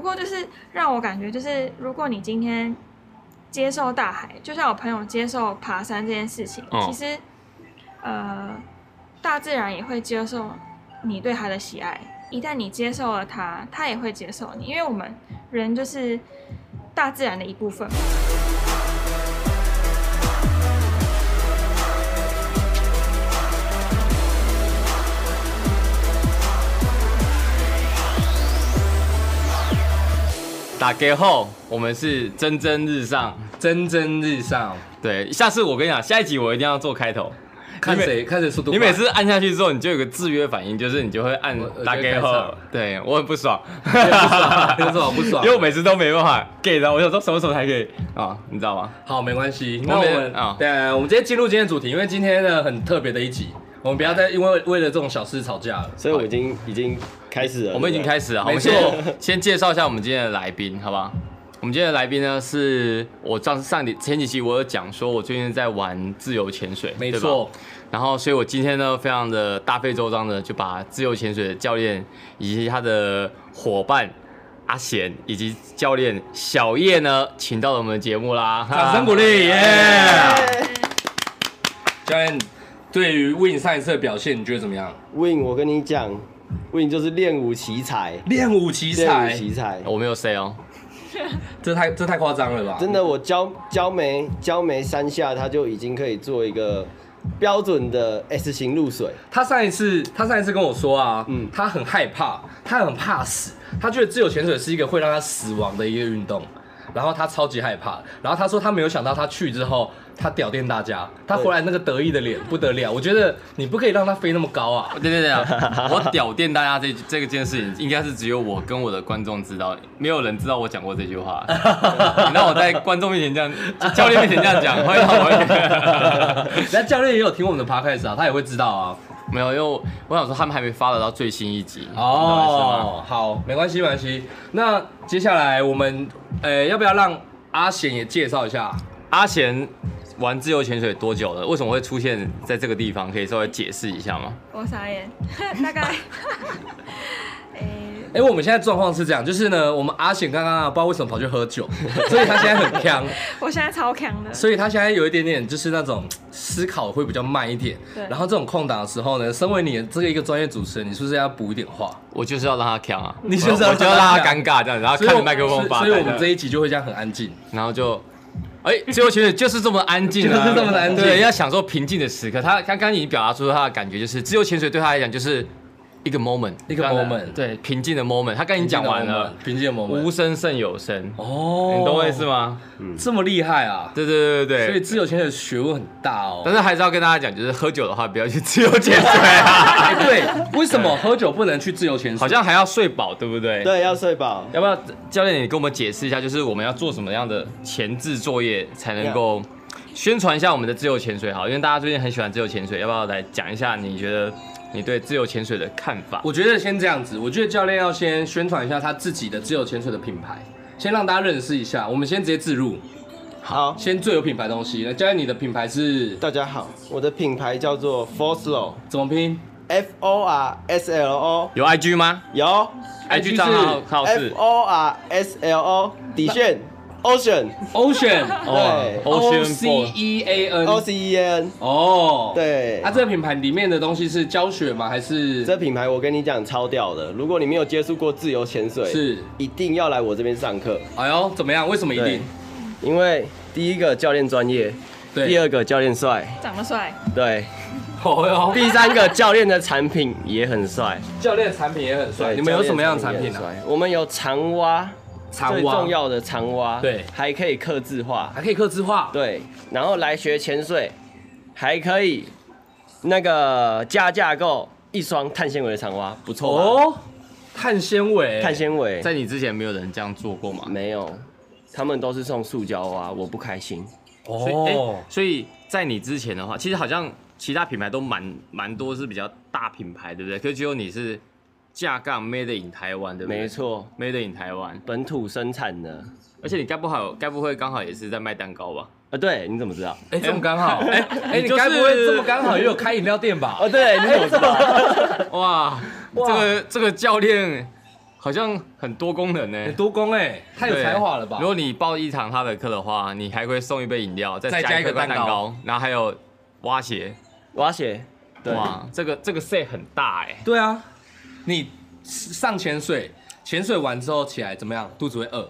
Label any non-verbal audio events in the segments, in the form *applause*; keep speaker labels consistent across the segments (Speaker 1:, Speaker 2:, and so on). Speaker 1: 过就是让我感觉就是，如果你今天接受大海，就像我朋友接受爬山这件事情，
Speaker 2: 嗯
Speaker 1: 其实呃，大自然也会接受你对它的喜爱。一旦你接受了它，它也会接受你，因为我们人就是大自然的一部分嘛。
Speaker 2: 打给后，我们是蒸蒸日上。
Speaker 3: 蒸蒸日上，
Speaker 2: 对，下次我跟你讲，下一集我一定要做开头。
Speaker 3: 看
Speaker 2: 你每
Speaker 3: 谁看谁速度
Speaker 2: 你
Speaker 3: 快。
Speaker 2: 每
Speaker 3: *laughs*
Speaker 2: 次按下去之后，你就有个制约反应，就是你就会按
Speaker 3: 我我就会
Speaker 2: 打给
Speaker 3: 开
Speaker 2: 后
Speaker 3: 场，
Speaker 2: 对我很不爽，
Speaker 3: 有什么好不爽
Speaker 2: 因为我每次都没办法 get 到，我想说什么时候才可以啊？你知道吗？
Speaker 3: 好，没关系。
Speaker 2: 我
Speaker 3: 那我
Speaker 2: 们
Speaker 3: 们
Speaker 2: 啊
Speaker 3: 对，我们直接进入今天的主题，因为今天呢很特别的一集，我们不要再因为为了这种小事吵架了。
Speaker 4: 所以我已经已经开始了，
Speaker 2: 我们已经
Speaker 4: 始。
Speaker 2: 开始了，好我
Speaker 3: 没
Speaker 2: 们
Speaker 3: 错
Speaker 2: 先先介绍一下我们今天的来宾，好吧？我们今天的来宾呢，是我上上前几期我有讲说，我最近在玩自由潜水，
Speaker 3: 没
Speaker 2: 对吧
Speaker 3: 错，
Speaker 2: 然后，所以我今天呢，非常的大费周章的就把自由潜水的教练以及他的伙伴阿贤以及教练小叶呢，请到了我们的节目啦，
Speaker 3: 掌声鼓励
Speaker 2: 啊
Speaker 3: 耶！教练，对于 Win 上一次的表现，你觉得怎么样？
Speaker 4: Win，我跟你讲，Win 就是练武奇才，
Speaker 3: 练武奇
Speaker 4: 练
Speaker 3: 才
Speaker 4: 武，奇才。
Speaker 2: 我没有 say 哦，
Speaker 3: 这太这太夸张了吧？
Speaker 4: 真的，我教教梅教梅三下，他就已经可以做一个标准的 S 型入水。
Speaker 3: 他上一次，他上一次跟我说啊，
Speaker 4: 嗯
Speaker 3: 他很害怕，他很怕死，他觉得自由潜水是一个会让他死亡的一个运动，然后他超级害怕，然后他说他没有想到他去之后，他屌电大家，他回来那个得意的脸不得了，我觉得你不可以让他飞那么高啊， *laughs*
Speaker 2: 对对对啊，我屌电大家这这个件事情，应该是只有我跟我的观众知道，没有人知道我讲过这句
Speaker 3: *laughs*
Speaker 2: 话。你让我在观众面前这样，教练面前这样 *laughs* 讲，会让我会
Speaker 3: 那教练也有听我们的 podcast 啊，他也会知道啊，
Speaker 2: *laughs* 没有，因为我我想说他们还没发得到最新一集，哦，
Speaker 3: 哦，好，没关系没关系，那接下来我们，呃，要不要让阿贤也介绍一下？
Speaker 2: 阿贤玩自由潜水多久了？为什么会出现在这个地方？可以稍微解释一下吗？
Speaker 1: 我傻眼， *laughs* 大
Speaker 2: *laughs*
Speaker 1: 概，诶、
Speaker 3: 哎、我们现在状况是这样，就是呢，我们阿显刚刚啊，不知道为什么跑去喝酒， *laughs* 所以他现在很呛，
Speaker 1: 我现在超强的，
Speaker 3: 所以他现在有一点点就是那种思考会比较慢一点。
Speaker 1: 对
Speaker 3: 然后这种空档的时候呢，身为你这个一个专业主持人，你是不是要补一点话？
Speaker 2: 我就是要让他扛啊，
Speaker 3: 你就是要
Speaker 2: 我
Speaker 3: 让
Speaker 2: 就
Speaker 3: 他
Speaker 2: 要让他
Speaker 3: 扛
Speaker 2: 尴尬这样子，然后
Speaker 3: 所
Speaker 2: 看
Speaker 3: 以
Speaker 2: 着
Speaker 3: 我们
Speaker 2: 麦克风发呆的，
Speaker 3: 所以所以我们这一集就会这样很安静。
Speaker 2: 然后就。哎，自由潜水就是这么安静啊，
Speaker 3: 就是这么的安静
Speaker 2: 对，要享受平静的时刻。他刚刚已经表达出他的感觉，就是自由潜水对他来讲就是一个 moment，
Speaker 3: 一
Speaker 2: 这
Speaker 3: 个
Speaker 2: 样的
Speaker 3: moment
Speaker 2: 对，平静的 moment。他跟你讲完了，
Speaker 3: 平静的 moment，平静
Speaker 2: 无
Speaker 3: 的 moment。
Speaker 2: 声胜有声，
Speaker 3: 哦
Speaker 2: 你懂我意思？吗？
Speaker 3: 这么厉害啊！
Speaker 2: 对对对对对。
Speaker 3: 所以自由潜水学问很大哦。
Speaker 2: 但是还是要跟大家讲，就是喝酒的话不要去自由潜水啊，
Speaker 3: 哎，对，为什么喝酒不能去自由潜水？
Speaker 2: 好像还要睡饱，对不对？。
Speaker 4: 对，要睡饱。
Speaker 2: 要不要教练你跟我们解释一下，就是我们要做什么样的前置作业才能够宣传一下我们的自由潜水？好，因为大家最近很喜欢自由潜水，要不要来讲一下你觉得你对自由潜水的看法？
Speaker 3: 我觉得先这样子，我觉得教练要先宣传一下他自己的自由潜水的品牌，先让大家认识一下。我们先直接自入，
Speaker 4: 好，
Speaker 3: 先最有品牌的东西。那教练，你的品牌是
Speaker 4: 大家好，我的品牌叫做 Forslo，F
Speaker 3: 怎么拼
Speaker 4: O R S L O，
Speaker 2: 有 IG 吗
Speaker 4: 有
Speaker 3: ？IG
Speaker 2: ？IG 账号
Speaker 3: 是
Speaker 2: 号
Speaker 4: F
Speaker 2: 是
Speaker 4: O R S L O 底线 Ocean
Speaker 3: ？Ocean
Speaker 4: *laughs*
Speaker 2: 哦
Speaker 4: 对
Speaker 3: O
Speaker 2: Ocean
Speaker 3: C
Speaker 2: Boy
Speaker 3: E A
Speaker 4: O
Speaker 3: N
Speaker 4: C E N。
Speaker 3: 哦，。
Speaker 4: 对，
Speaker 3: 啊，这个品牌里面的东西是教学吗？还是
Speaker 4: 这品牌我跟你讲超屌的，如果你没有接触过自由潜水，
Speaker 3: 是？
Speaker 4: 一定要来我这边上课，
Speaker 3: 哎呦，怎么样？为什么一定？
Speaker 4: 因为第一个教练专业，
Speaker 3: 对，
Speaker 4: 第二个教练帅，
Speaker 1: 长得帅，
Speaker 4: 对，
Speaker 3: 哦哟，
Speaker 4: 第三个教练的产品也很帅。
Speaker 3: 教练的产品也很帅。
Speaker 4: 对
Speaker 3: 你们有什么样的产品啊呢？
Speaker 4: 教练也很帅我们有长蛙，
Speaker 3: 长
Speaker 4: 最
Speaker 3: 蛙
Speaker 4: 重要的长蛙，
Speaker 3: 对
Speaker 4: 还可以刻字化，
Speaker 3: 还可以刻字化，
Speaker 4: 对，然后来学潜水，还可以那个加架构一双碳纤维的长蛙，不错吧？
Speaker 3: 哦，碳纤维，
Speaker 4: 碳纤维
Speaker 2: 在你之前没有人这样做过吗？
Speaker 4: 没有，他们都是送塑胶蛙，我不开心。
Speaker 2: 所以、
Speaker 3: 哦
Speaker 2: 诶，所以在你之前的话，其实好像其他品牌都蛮蛮多是比较大品牌，对不对？可是只有你是架杠 Made in 台湾，对不对？
Speaker 4: 没错，
Speaker 2: ，Made in 台湾，
Speaker 4: 本土生产的。
Speaker 2: 而且你该不好，该不会刚好也是在卖蛋糕吧？
Speaker 4: 啊，对，你怎么知道？
Speaker 3: 哎，这么刚好，哎哎，
Speaker 2: 你
Speaker 3: 你
Speaker 2: 就是
Speaker 3: 该不会这么刚好也有开饮料店吧？
Speaker 4: 哦，对，你怎么知道？
Speaker 2: 哇，
Speaker 3: 哇
Speaker 2: 这个这个教练好像很多功能呢、
Speaker 3: 很 *laughs* 多功哎、太有
Speaker 2: 对
Speaker 3: 才华了吧
Speaker 2: 如？果你报一堂他的课的话，你还会送一杯饮料，再
Speaker 3: 再加
Speaker 2: 加
Speaker 3: 一个
Speaker 2: 块
Speaker 3: 蛋
Speaker 2: 蛋
Speaker 3: 糕
Speaker 2: 糕，然后还有蛙鞋。
Speaker 4: 我要写，对，
Speaker 2: 哇，这个这个 set 很大哎、
Speaker 3: 对啊，你上潜水，潜水完之后起来怎么样？肚子会饿，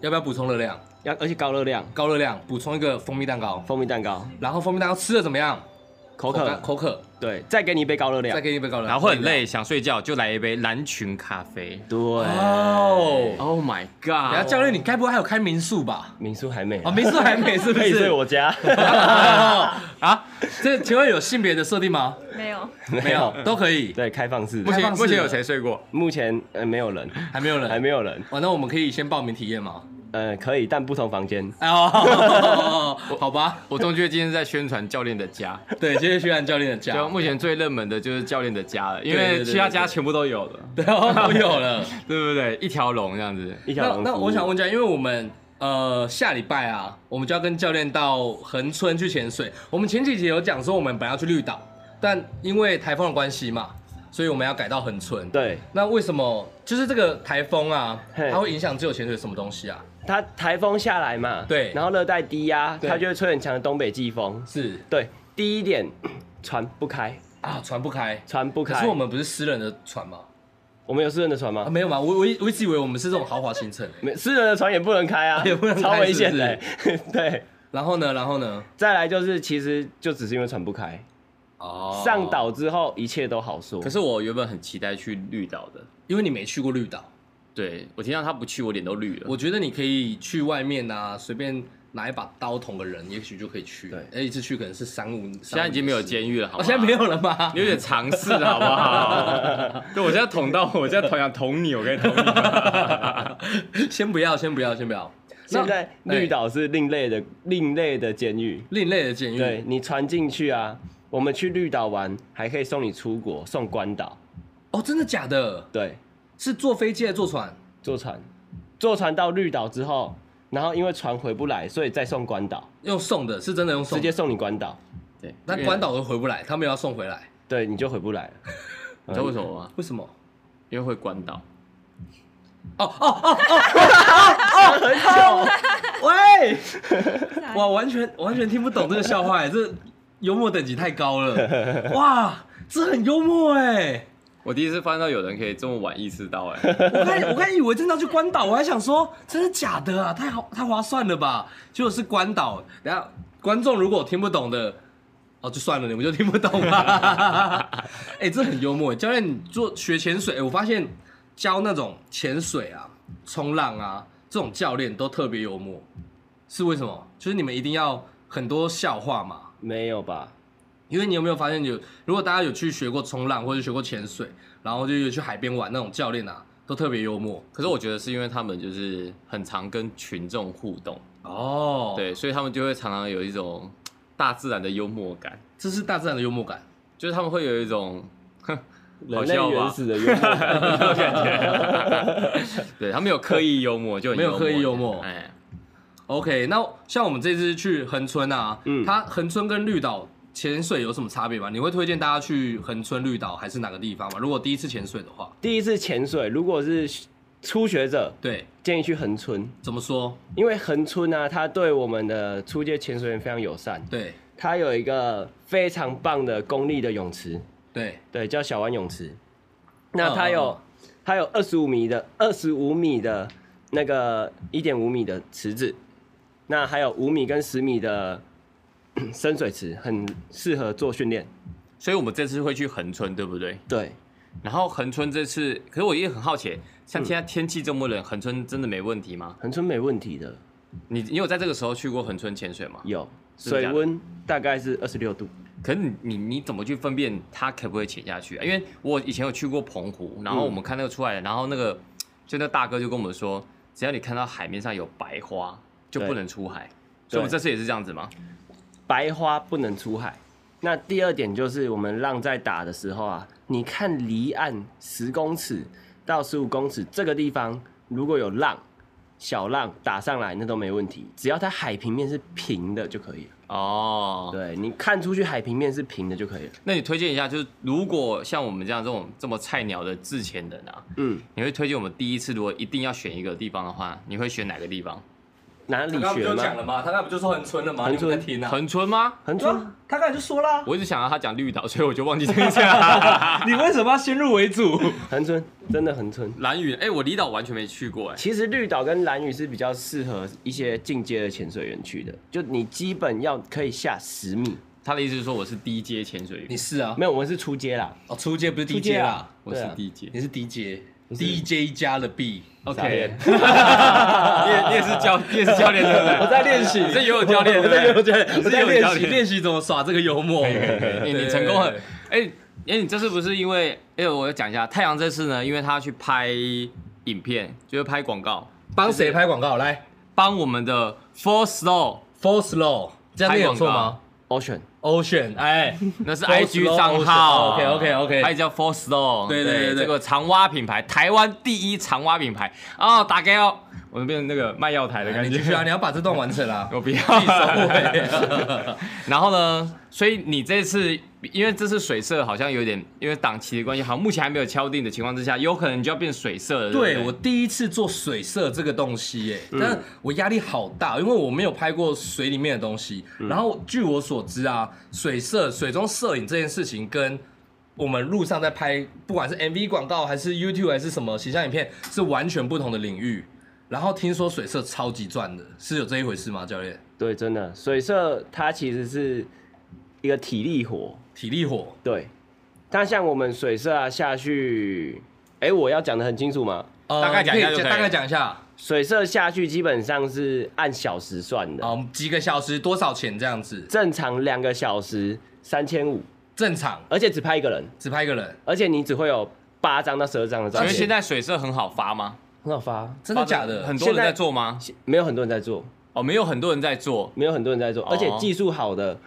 Speaker 3: 要不要补充热量？
Speaker 4: 要而且高热量，
Speaker 3: 高热量，补充一个蜂蜜蛋糕，
Speaker 4: 蜂蜜蛋糕，
Speaker 3: 然后蜂蜜蛋糕吃的怎么样？
Speaker 4: 口
Speaker 3: 干
Speaker 4: 渴，
Speaker 3: 口渴，
Speaker 4: 对，再给你一杯高热量
Speaker 3: 再，给你一杯高热量，
Speaker 2: 然后会很累，想睡觉就来一杯蓝裙咖啡。
Speaker 4: 对，
Speaker 3: 哦。
Speaker 2: Oh my
Speaker 3: 然后
Speaker 2: god！
Speaker 3: 教练，你该不会还有开民宿吧？
Speaker 4: 民宿还没啊
Speaker 3: 哦，民宿还没是不
Speaker 4: *laughs* 可以睡
Speaker 3: 是？ *laughs*
Speaker 4: 我家，
Speaker 3: 啊，这请问有性别的设定吗？
Speaker 1: 没有，
Speaker 4: *laughs* 没
Speaker 3: 没有，都可以，
Speaker 4: 对，开放式
Speaker 2: 目，
Speaker 3: 开
Speaker 2: 前
Speaker 3: 放式
Speaker 2: 目前有
Speaker 3: 的
Speaker 2: 谁睡过？
Speaker 4: 目前呃没有人，
Speaker 3: 还没有人，
Speaker 4: 还没有人，
Speaker 3: 哦。那我们可以先报名体验吗？
Speaker 4: 呃，可以，但不同房间，
Speaker 3: 哎哦，好吧，
Speaker 2: 我总觉得今天是在宣传教练的家，
Speaker 3: 对，今天徐然教练的家，
Speaker 2: 就目前最热门的就是教练的家了，因
Speaker 3: 对对
Speaker 2: 为
Speaker 3: 对
Speaker 2: 其他
Speaker 3: 对对
Speaker 2: 家全部都有的，
Speaker 3: 对，都有了。
Speaker 2: 对不对？一条龙这样子。
Speaker 4: 一条
Speaker 3: 那
Speaker 4: 龙
Speaker 3: 那
Speaker 4: 服务
Speaker 3: 我想问一下，因为我们呃下礼拜啊，我们就要跟教练到恒春去潜水。我们前几集有讲说我们本来要去绿岛，但因为台风的关系嘛，所以我们要改到恒春。
Speaker 4: 对
Speaker 3: 那为什么就是这个台风啊，
Speaker 4: 嘿
Speaker 3: 它会影响自由潜水什么东西啊？
Speaker 4: 它台风下来嘛，
Speaker 3: 对
Speaker 4: 然后热带低压，
Speaker 3: 对
Speaker 4: 它就会吹很强的东北季风，
Speaker 3: 是
Speaker 4: 对，第一点船不开，
Speaker 3: 啊，船不开。
Speaker 4: 船不
Speaker 3: 可
Speaker 4: 开，
Speaker 3: 是我们不是私人的船吗？
Speaker 4: 我们有私人的船吗
Speaker 3: 啊，？没有嘛，我我一我一直以为我们是这种豪华行程欸。
Speaker 4: 没，私人的船也不能开啊，
Speaker 3: *laughs* 也不能开
Speaker 4: 超危险的、 *laughs* 对，
Speaker 3: 然后呢，然后呢？
Speaker 4: 再来就是，其实就只是因为船不开，
Speaker 3: 哦
Speaker 4: 上，岛之后一切都好说。
Speaker 2: 可是我原本很期待去绿岛的，
Speaker 3: 因为你没去过绿岛，
Speaker 2: 对我听到他不去，我脸都绿了。
Speaker 3: 我觉得你可以去外面啊，随便拿一把刀捅个人，也许就可以去。
Speaker 4: 对
Speaker 3: 而一次去可能是三五，
Speaker 2: 现在已经没有
Speaker 3: 监，
Speaker 2: 监狱了，好
Speaker 3: 我、
Speaker 2: 吗？
Speaker 3: 哦现在没有了吗 *laughs*
Speaker 2: 你？有点尝试好不 *laughs* 好？对，我现在捅到，我现在捅想捅你，我跟你捅你。
Speaker 3: 先不要，先不要，先不要。
Speaker 4: 现在
Speaker 3: 那
Speaker 4: 绿岛是另类的、另类的监狱，
Speaker 3: 另类的监狱，
Speaker 4: 对你船进去啊，我们去绿岛玩，还可以送你出国，送关岛，
Speaker 3: 哦，真的假的？
Speaker 4: 对，
Speaker 3: 是坐飞机还是坐船？
Speaker 4: 坐船，坐船到绿岛之后，然后因为船回不来，所以再送关岛，
Speaker 3: 用送的，是真的用送
Speaker 4: 直
Speaker 3: 的。
Speaker 4: 接送你关岛，
Speaker 2: 对，
Speaker 3: 那关岛都回不来，他们要送回来，
Speaker 4: 对，你就回不来了。
Speaker 2: 你知道为什么吗？
Speaker 3: 为什么？
Speaker 2: 因为会关岛。
Speaker 3: 哦哦哦哦！
Speaker 4: 喂，
Speaker 3: *laughs* 哇，完全完全听不懂这个笑话欸，这幽默等级太高了。 *laughs* 哇，这很幽默哎！
Speaker 2: 我第一次发现到有人可以这么晚意识到、哎，
Speaker 3: 我刚我刚以为真的要去关岛，我还想说真的假的啊，太好太划算了吧？结果是关岛，等一下观众如果听不懂的，哦就算了，你们就听不懂吧。 *laughs* 哎、这很幽默。教练，你做学潜水、哎我发现教那种潜水啊、冲浪啊这种教练都特别幽默，是为什么？就是你们一定要很多笑话嘛。
Speaker 4: 没有吧？
Speaker 3: 因为你有没有发现有，如果大家有去学过冲浪或者学过潜水，然后就有去海边玩那种教练啊，都特别幽默
Speaker 2: 可是我觉得是因为他们就是很常跟群众互动，
Speaker 3: 哦。
Speaker 2: 对，所以他们就会常常有一种大自然的幽默感，
Speaker 3: 这是大自然的幽默感。
Speaker 2: 就是他们会有一种哼，好
Speaker 4: 人类
Speaker 2: 笑
Speaker 4: 原
Speaker 2: 吧？
Speaker 4: 始的幽默
Speaker 3: *laughs*
Speaker 4: 感
Speaker 2: 对他们有刻意幽默，就很
Speaker 3: 没有刻意幽默
Speaker 2: 哎，
Speaker 3: OK，那像我们这次去恒春啊，
Speaker 4: 嗯
Speaker 3: 它恒春跟绿岛潜水有什么差别吗？你会推荐大家去恒春、绿岛还是哪个地方吗？如果第一次潜水的话，
Speaker 4: 第一次潜水，如果是初学者，
Speaker 3: 对，
Speaker 4: 建议去恒春，
Speaker 3: 怎么说？
Speaker 4: 因为恒春呢、啊，它对我们的初阶潜水员非常友善，
Speaker 3: 对
Speaker 4: 它有一个非常棒的公立的泳池，
Speaker 3: 对，
Speaker 4: 对，叫小湾泳池。那它
Speaker 3: 嗯嗯
Speaker 4: 有、它有二十五米的二十五米的那个一点五米的池子，那还有五米跟十米的 *clears throat* 深水池，很适合做训练。
Speaker 2: 所以我们这次会去恒春，对不对？
Speaker 4: 对，
Speaker 2: 然后恒春这次，可是我也很好奇，像现在天气这么冷，恒春真的没问题吗？
Speaker 4: 恒春没问题的，
Speaker 2: 你你有在这个时候去过恒春潜水吗？
Speaker 4: 有
Speaker 2: 真的假
Speaker 4: 水
Speaker 2: 的
Speaker 4: 温大概是二十六度。
Speaker 2: 可是你你你怎么去分辨它可不可以潜下去啊？因为我以前有去过澎湖，然后我们看那个出来，然后那个就那大哥就跟我们说，只要你看到海面上有白花，就
Speaker 4: 对
Speaker 2: 不能出海。所以我们
Speaker 4: 对
Speaker 2: 这次也是这样子吗？
Speaker 4: 白花不能出海。那第二点就是我们浪在打的时候啊，你看离岸十公尺到十五公尺这个地方，如果有浪，小浪打上来那都没问题，只要它海平面是平的就可以了。
Speaker 2: 哦，
Speaker 4: 对你看出去海平面是平的就可以了。
Speaker 2: 那你推荐一下，就是如果像我们这样这种这么菜鸟的自前人啊，
Speaker 4: 嗯，
Speaker 2: 你会推荐我们第一次如果一定要选一个地方的话，你会选哪个地方？
Speaker 4: 哪
Speaker 3: 他
Speaker 4: 里
Speaker 3: 刚刚不
Speaker 4: 学
Speaker 3: 就讲
Speaker 4: 吗？
Speaker 3: 了吗？他刚刚不就说很村了吗？
Speaker 4: 恒
Speaker 3: 你
Speaker 4: 春
Speaker 3: 们在听啊？
Speaker 2: 恒春吗？
Speaker 4: 很
Speaker 3: 对
Speaker 4: 准
Speaker 3: 啊，他刚才就说啦，
Speaker 2: 我一直想要他讲绿岛，所以我就忘记 *laughs* 这一下。
Speaker 3: 你为什么要先入为主？
Speaker 4: 很村，真的很村。
Speaker 2: 蓝屿，哎、我离岛完全没去过、哎，
Speaker 4: 其实绿岛跟蓝屿是比较适合一些进阶的潜水员去的，就你基本要可以下十米，
Speaker 2: 他的意思是说我是低阶潜水员，
Speaker 3: *laughs* 你是啊？
Speaker 4: *laughs* 没有，我们是初阶啦。
Speaker 3: 哦，初阶不是低
Speaker 4: 初阶
Speaker 3: 阶啦
Speaker 4: 啊，
Speaker 2: 我是低阶。
Speaker 3: 你是低阶，低阶加了 B。
Speaker 4: 傻
Speaker 2: OK，
Speaker 3: *laughs*
Speaker 4: 眼
Speaker 2: 你也 *laughs* 你也是教你也是教练对不 *laughs* 对？
Speaker 3: 我在练习
Speaker 2: 你是游泳教练
Speaker 3: 我
Speaker 2: 对
Speaker 3: 在
Speaker 2: 不
Speaker 3: 游
Speaker 2: 对？
Speaker 3: 教练，我
Speaker 2: 你
Speaker 3: 在
Speaker 2: 是游泳
Speaker 3: 练
Speaker 2: 教
Speaker 3: 习
Speaker 2: 练
Speaker 3: 练习怎么耍这个幽默。
Speaker 2: 你你
Speaker 3: 对
Speaker 2: 成功了
Speaker 3: 对。
Speaker 2: 哎、哎、你这次不是因为哎、我要讲一下太阳这次呢，因为他去拍影片，就是拍广告，
Speaker 3: 帮谁拍广告？来
Speaker 2: 帮我们的 Four Slow
Speaker 3: ，Four Slow，这样念有错吗
Speaker 4: ，Ocean，
Speaker 3: ？Ocean，哎，
Speaker 2: 那是
Speaker 3: Four
Speaker 2: IG
Speaker 3: Slow
Speaker 2: 账号
Speaker 3: OK，OK，OK
Speaker 2: 它也叫 Four Slow，
Speaker 3: 对对对对
Speaker 2: 这个长蛙品牌，台湾第一长蛙品牌哦，大概要我们变成那个卖药台的感
Speaker 3: 你
Speaker 2: 觉
Speaker 3: 继，续啊，你要把这段完成
Speaker 2: *laughs*
Speaker 3: 啊。
Speaker 2: 我不要
Speaker 3: 自己收尾
Speaker 2: *laughs* 然后呢，所以你这次因为这次水色好像有点因为档期的关系，好像目前还没有敲定的情况之下，有可能你就要变水色了。对嗯
Speaker 3: 对
Speaker 2: 不对
Speaker 3: 我第一次做水色这个东西耶，但我压力好大，因为我没有拍过水里面的东西。
Speaker 2: 嗯
Speaker 3: 然后据我所知啊，水色、水中摄影这件事情跟我们路上在拍，不管是 MV 广告还是 YouTube 还是什么形象影片，是完全不同的领域。然后听说水色超级赚的，是有这一回事吗？教练，
Speaker 4: 对，真的水色它其实是一个体力活，
Speaker 3: 体力活，
Speaker 4: 对。但像我们水色啊下去，哎、我要讲的很清楚嘛。
Speaker 3: 呃
Speaker 2: 大概讲一下
Speaker 3: 可以
Speaker 2: 就可以
Speaker 3: 大概讲一下，
Speaker 4: 水色下去基本上是按小时算的，
Speaker 3: 啊，我们几个小时多少钱这样子？
Speaker 4: 正常两个小时三千五，
Speaker 3: 正常，
Speaker 4: 而且只拍一个人，
Speaker 3: 只拍一个人，
Speaker 4: 而且你只会有八张到十二张的照
Speaker 2: 请
Speaker 4: 片。
Speaker 2: 问现在水色很好发吗？
Speaker 4: 很好发，
Speaker 3: 真的假的？
Speaker 2: 很多人
Speaker 4: 现在
Speaker 2: 在做吗？
Speaker 4: 没有很多人在做，
Speaker 2: 哦，没有很多人在做。
Speaker 4: 没有很多人在做，而且技术好的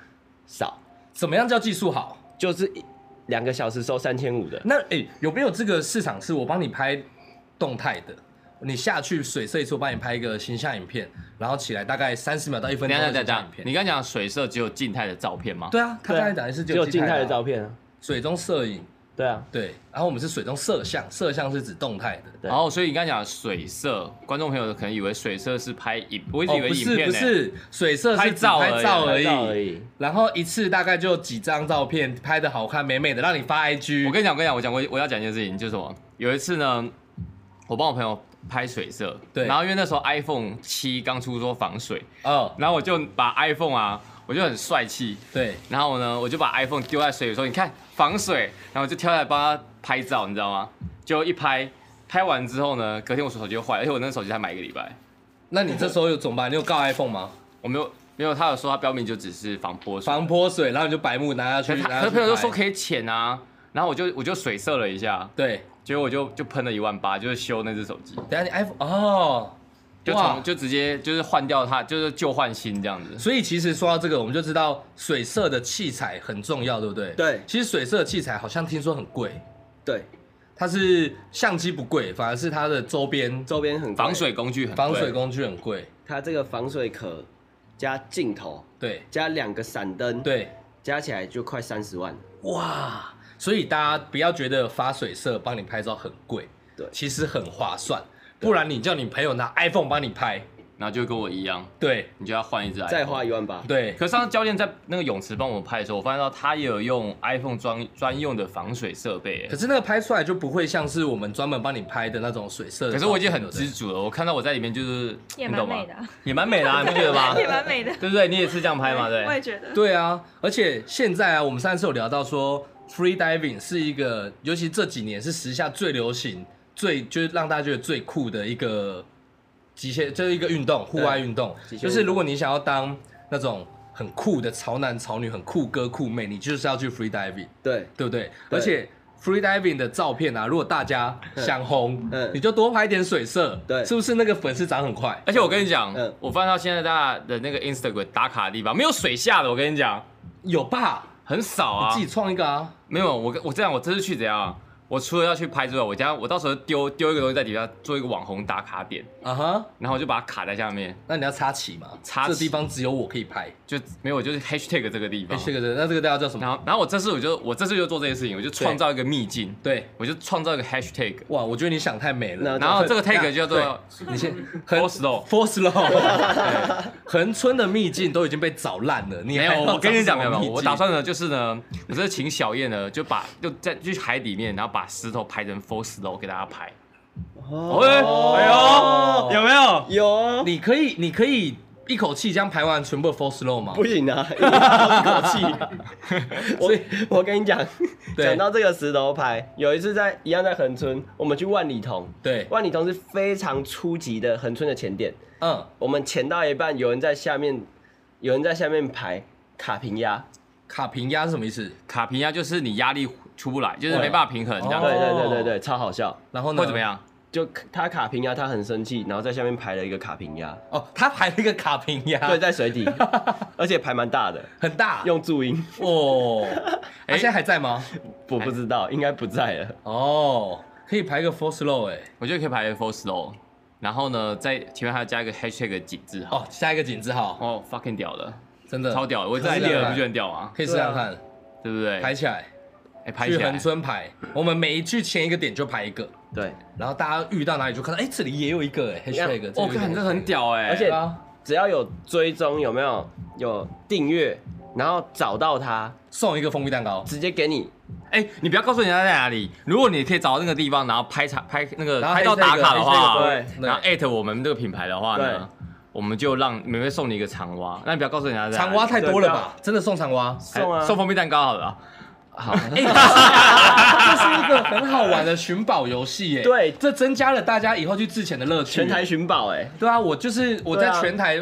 Speaker 4: 少，
Speaker 3: 怎么样叫技术好？
Speaker 4: 就是一两个小时收三千五的。
Speaker 3: 那诶、有没有这个市场是我帮你拍动态的？你下去水色一次，我帮你拍一个形象影片，然后起来大概三十秒到一分
Speaker 2: 等一
Speaker 3: 钟
Speaker 2: 下等
Speaker 3: 的
Speaker 2: 一下等
Speaker 3: 形象
Speaker 2: 一
Speaker 3: 影
Speaker 2: 下，
Speaker 3: 片。
Speaker 2: 你刚刚讲水色只有静态的照片吗？
Speaker 3: 对啊，他
Speaker 4: 对啊
Speaker 3: 刚才讲的是
Speaker 4: 只
Speaker 3: 只
Speaker 4: 有
Speaker 3: 有
Speaker 4: 静态的照
Speaker 3: 片，
Speaker 4: 片啊，
Speaker 3: 水中摄影
Speaker 4: 对啊，
Speaker 3: 对，然后我们是水中摄像，摄像是指动态的。
Speaker 4: 对
Speaker 2: 然后，所以你刚刚讲水色，观众朋友可能以为水色是拍影，我一直以为
Speaker 3: 哦不
Speaker 2: 影
Speaker 3: 是
Speaker 2: 片
Speaker 3: 不
Speaker 2: 呢、
Speaker 3: 是，水色
Speaker 2: 拍
Speaker 3: 是
Speaker 2: 照而已
Speaker 3: 拍照而
Speaker 4: 拍
Speaker 3: 已，
Speaker 4: 照而已。
Speaker 3: 然后一次大概就几张照片，拍的好看美美的，让你发 IG。
Speaker 2: 我跟你讲，我跟你讲，我讲我我要讲一件事情，就是什么？有一次呢，我帮我朋友拍水色，
Speaker 3: 对
Speaker 2: 然后因为那时候 iPhone 七刚出说防水，
Speaker 3: 哦，
Speaker 2: 然后我就把 iPhone 啊，我就很帅气，
Speaker 3: 对，
Speaker 2: 然后呢，我就把 iPhone 丢在水里说：“你看防水。”然后我就跳下来帮他拍照，你知道吗？就一拍，拍完之后呢，隔天我手机就坏了，而且我那个手机才买一个礼拜，
Speaker 3: 那你这时候有怎么办？你有告 iPhone 吗？
Speaker 2: 我没有没有他有说他标明就只是防泼水，
Speaker 3: 防泼水，然后你就白目拿下
Speaker 2: 可
Speaker 3: 去，
Speaker 2: 是他可
Speaker 3: 拿下去
Speaker 2: 是朋友就
Speaker 3: 拍
Speaker 2: 说可以潜啊，然后我就我就水色了一下，
Speaker 3: 对。
Speaker 2: 结果我就就喷了一万八，就是修那只手机，
Speaker 3: 等一下你 iPhone 哦，
Speaker 2: 就
Speaker 3: 哇
Speaker 2: 从就直接就是换掉它，就是旧换新这样子。
Speaker 3: 所以其实说到这个，我们就知道水色的器材很重要，对不对？
Speaker 4: 对
Speaker 3: 其实水色的器材好像听说很贵，
Speaker 4: 对，
Speaker 3: 它是相机不贵，反而是它的周边
Speaker 4: 周边很贵
Speaker 2: 防，水工具很
Speaker 3: 防
Speaker 2: 贵
Speaker 3: 水工具很贵。
Speaker 4: 它这个防水壳加镜头
Speaker 3: 对
Speaker 4: 加两个闪灯，，
Speaker 3: 对，
Speaker 4: 加起来就快三十万。
Speaker 3: 哇！所以大家不要觉得发水色帮你拍照很贵，
Speaker 4: 对
Speaker 3: 其实很划算。不然你叫你朋友拿 iPhone 帮你拍，
Speaker 2: 然后就跟我一样，
Speaker 3: 对
Speaker 2: 你就要换一只 iPhone，
Speaker 4: 再花一万八，
Speaker 3: 对，
Speaker 2: 可是上次教练在那个泳池帮我拍的时候，我发现到他也有用 iPhone 专专用的防水设备
Speaker 3: 可。是那个拍出来就不会像是我们专门帮你拍的那种水色的
Speaker 2: 可
Speaker 3: 照片。
Speaker 2: 是我已经很
Speaker 3: 对
Speaker 2: 知
Speaker 3: 不
Speaker 2: 足了，我看到我在里面就是，
Speaker 1: 也
Speaker 2: 你懂
Speaker 1: 蛮
Speaker 2: 吗
Speaker 1: 美的啊，
Speaker 2: 也蛮美的、啊，你不觉得
Speaker 1: *laughs*
Speaker 2: 吗？
Speaker 1: 也蛮美的。
Speaker 2: 对不对？你也是这样拍嘛？
Speaker 1: 我也
Speaker 2: 对。
Speaker 4: *laughs*
Speaker 1: 觉得。
Speaker 3: 对啊，而且现在啊，我们上次有聊到说，free diving 是一个，尤其这几年是时下最流行、最就是让大家觉得最酷的一个极限，就是一个运动，户外运动。
Speaker 4: 嗯极限运
Speaker 3: 就
Speaker 4: 动
Speaker 3: 是如果你想要当那种很酷的潮男潮女、很酷哥酷妹，你就是要去 free diving，
Speaker 4: 对
Speaker 3: 对不对？
Speaker 4: 对
Speaker 3: 而且 free diving 的照片啊，如果大家想红，
Speaker 4: 嗯
Speaker 3: 你就多拍点水色，
Speaker 4: 对
Speaker 3: 是不是那个粉丝涨很快？
Speaker 2: 而且我跟你讲
Speaker 4: 嗯，
Speaker 2: 我发现到现在大家的那个 Instagram 打卡的地方没有水下的，我跟你讲
Speaker 3: 有吧？
Speaker 2: 很少
Speaker 3: 你
Speaker 2: 啊
Speaker 3: 自。己创一个啊！
Speaker 2: 没有，我跟我这样，我这次去怎样啊？我除了要去拍之外，我将我到时候丢丢一个东西在底下，做一个网红打卡点，
Speaker 3: 啊哈，
Speaker 2: 然后我就把它卡在下面，
Speaker 3: 那你要插旗嘛？
Speaker 2: 插旗
Speaker 3: 这地方只有我可以拍。
Speaker 2: 就没有，我就是 hashtag 这个地
Speaker 3: 哎，
Speaker 2: 方。
Speaker 3: 这个人，那这个大家叫什
Speaker 2: 哦
Speaker 3: 么？
Speaker 2: 然后，然后我这次我就我这次就做这件事情，我就创造一个秘境，
Speaker 3: 对，
Speaker 2: 我就创造一个 hashtag，
Speaker 3: 哇，我觉得你想太美了。
Speaker 4: 那
Speaker 2: 然后这个 tag
Speaker 3: 那
Speaker 2: 叫做
Speaker 3: 对你先
Speaker 2: f
Speaker 3: 很
Speaker 2: o r s l o w
Speaker 3: force *laughs* low，横村的秘境都已经被找烂了，
Speaker 2: 没
Speaker 3: 你还
Speaker 2: 有，
Speaker 3: 要
Speaker 2: 我跟你讲没
Speaker 3: 找
Speaker 2: 有，
Speaker 3: 什
Speaker 2: 没
Speaker 3: 么秘
Speaker 2: 有
Speaker 3: 境
Speaker 2: 我打算呢就是呢，我这请小叶呢就把就在去海里面，然后把石头拍成 f o r s l o w 给大家拍。哦，哎呦，有没有？
Speaker 4: 有啊，
Speaker 3: 你可以，你可以一口气将排完全部的 full slow 吗？
Speaker 4: 不行啊，一口气。我我跟你讲，
Speaker 3: 对
Speaker 4: 讲到这个石头牌，有一次在一样在恒村，我们去万里桐，
Speaker 3: 对，
Speaker 4: 万里桐是非常初级的恒村的前店，
Speaker 3: 嗯，
Speaker 4: 我们潜到一半，有人在下面，有人在下面排卡平压，
Speaker 3: 卡平压是什么意思？
Speaker 2: 卡平压就是你压力出不来，就是
Speaker 3: 对
Speaker 2: 没办法平衡，这样
Speaker 4: 对
Speaker 3: 哦
Speaker 4: 对对对对，超好笑。
Speaker 3: 然后呢？
Speaker 2: 会怎么？样？
Speaker 4: 就他卡平压，他很生气，然后在下面排了一个卡平压，
Speaker 3: 哦，他排了一个卡平压，
Speaker 4: 对，在水底，而且排蛮大的，
Speaker 3: 很大，
Speaker 4: 用注音，
Speaker 3: 哦，他
Speaker 2: 哎
Speaker 3: 现在还在吗？
Speaker 4: 我不知道，应该不在
Speaker 3: *laughs*
Speaker 4: 了。
Speaker 3: 哦，可以排一个 full slow 哎，
Speaker 2: 我觉得可以排 f o r s l o w 然后呢，在前面还要加一个 hashtag 井字号。
Speaker 3: 哦，下一个井字号，
Speaker 2: 哦，fucking 屌的，
Speaker 3: 真的
Speaker 2: 超，屌的！我这
Speaker 3: 可以
Speaker 2: idea
Speaker 3: 啊
Speaker 2: 不就很屌吗？
Speaker 3: 可以试试看，
Speaker 2: 对不对？
Speaker 3: 排起来，
Speaker 2: 哎排起
Speaker 3: 去
Speaker 2: 来
Speaker 3: 横，村排，我们每一句前一个点就排一个，
Speaker 4: 对，
Speaker 3: 然后大家遇到哪里就看到，哎，这里也有一个哎，hashtag，这里
Speaker 2: 我
Speaker 3: 有一
Speaker 2: 哦
Speaker 3: 个
Speaker 2: 看这很屌哎！
Speaker 4: 而且
Speaker 3: 对啊
Speaker 4: 只要有追踪，有没有有订阅，然后找到他，
Speaker 3: 送一个蜂蜜蛋糕，
Speaker 4: 直接给你
Speaker 2: 哎、你不要告诉人家在哪里。如果你可以找到那个地方，然后拍查拍那个
Speaker 3: 然后
Speaker 2: 拍到
Speaker 3: hashtag-
Speaker 2: 打卡的话，
Speaker 4: hashtag-
Speaker 3: 对
Speaker 2: 然后艾特我们这个品牌的话呢，我们就让每位送你一个长蛙。那你不要告诉人家在哪里
Speaker 3: 长蛙太多了吧？真的送长蛙，
Speaker 2: 哎
Speaker 4: 送啊，
Speaker 2: 送蜂蜜蛋糕好了啊。
Speaker 3: *laughs*
Speaker 4: 好，
Speaker 3: 这是一个很好玩的寻宝游戏耶。
Speaker 4: 对
Speaker 3: 这增加了大家以后去自潜的乐趣。
Speaker 4: 全台寻宝哎，
Speaker 3: 对啊，我就是我在
Speaker 4: 对啊
Speaker 3: 全台，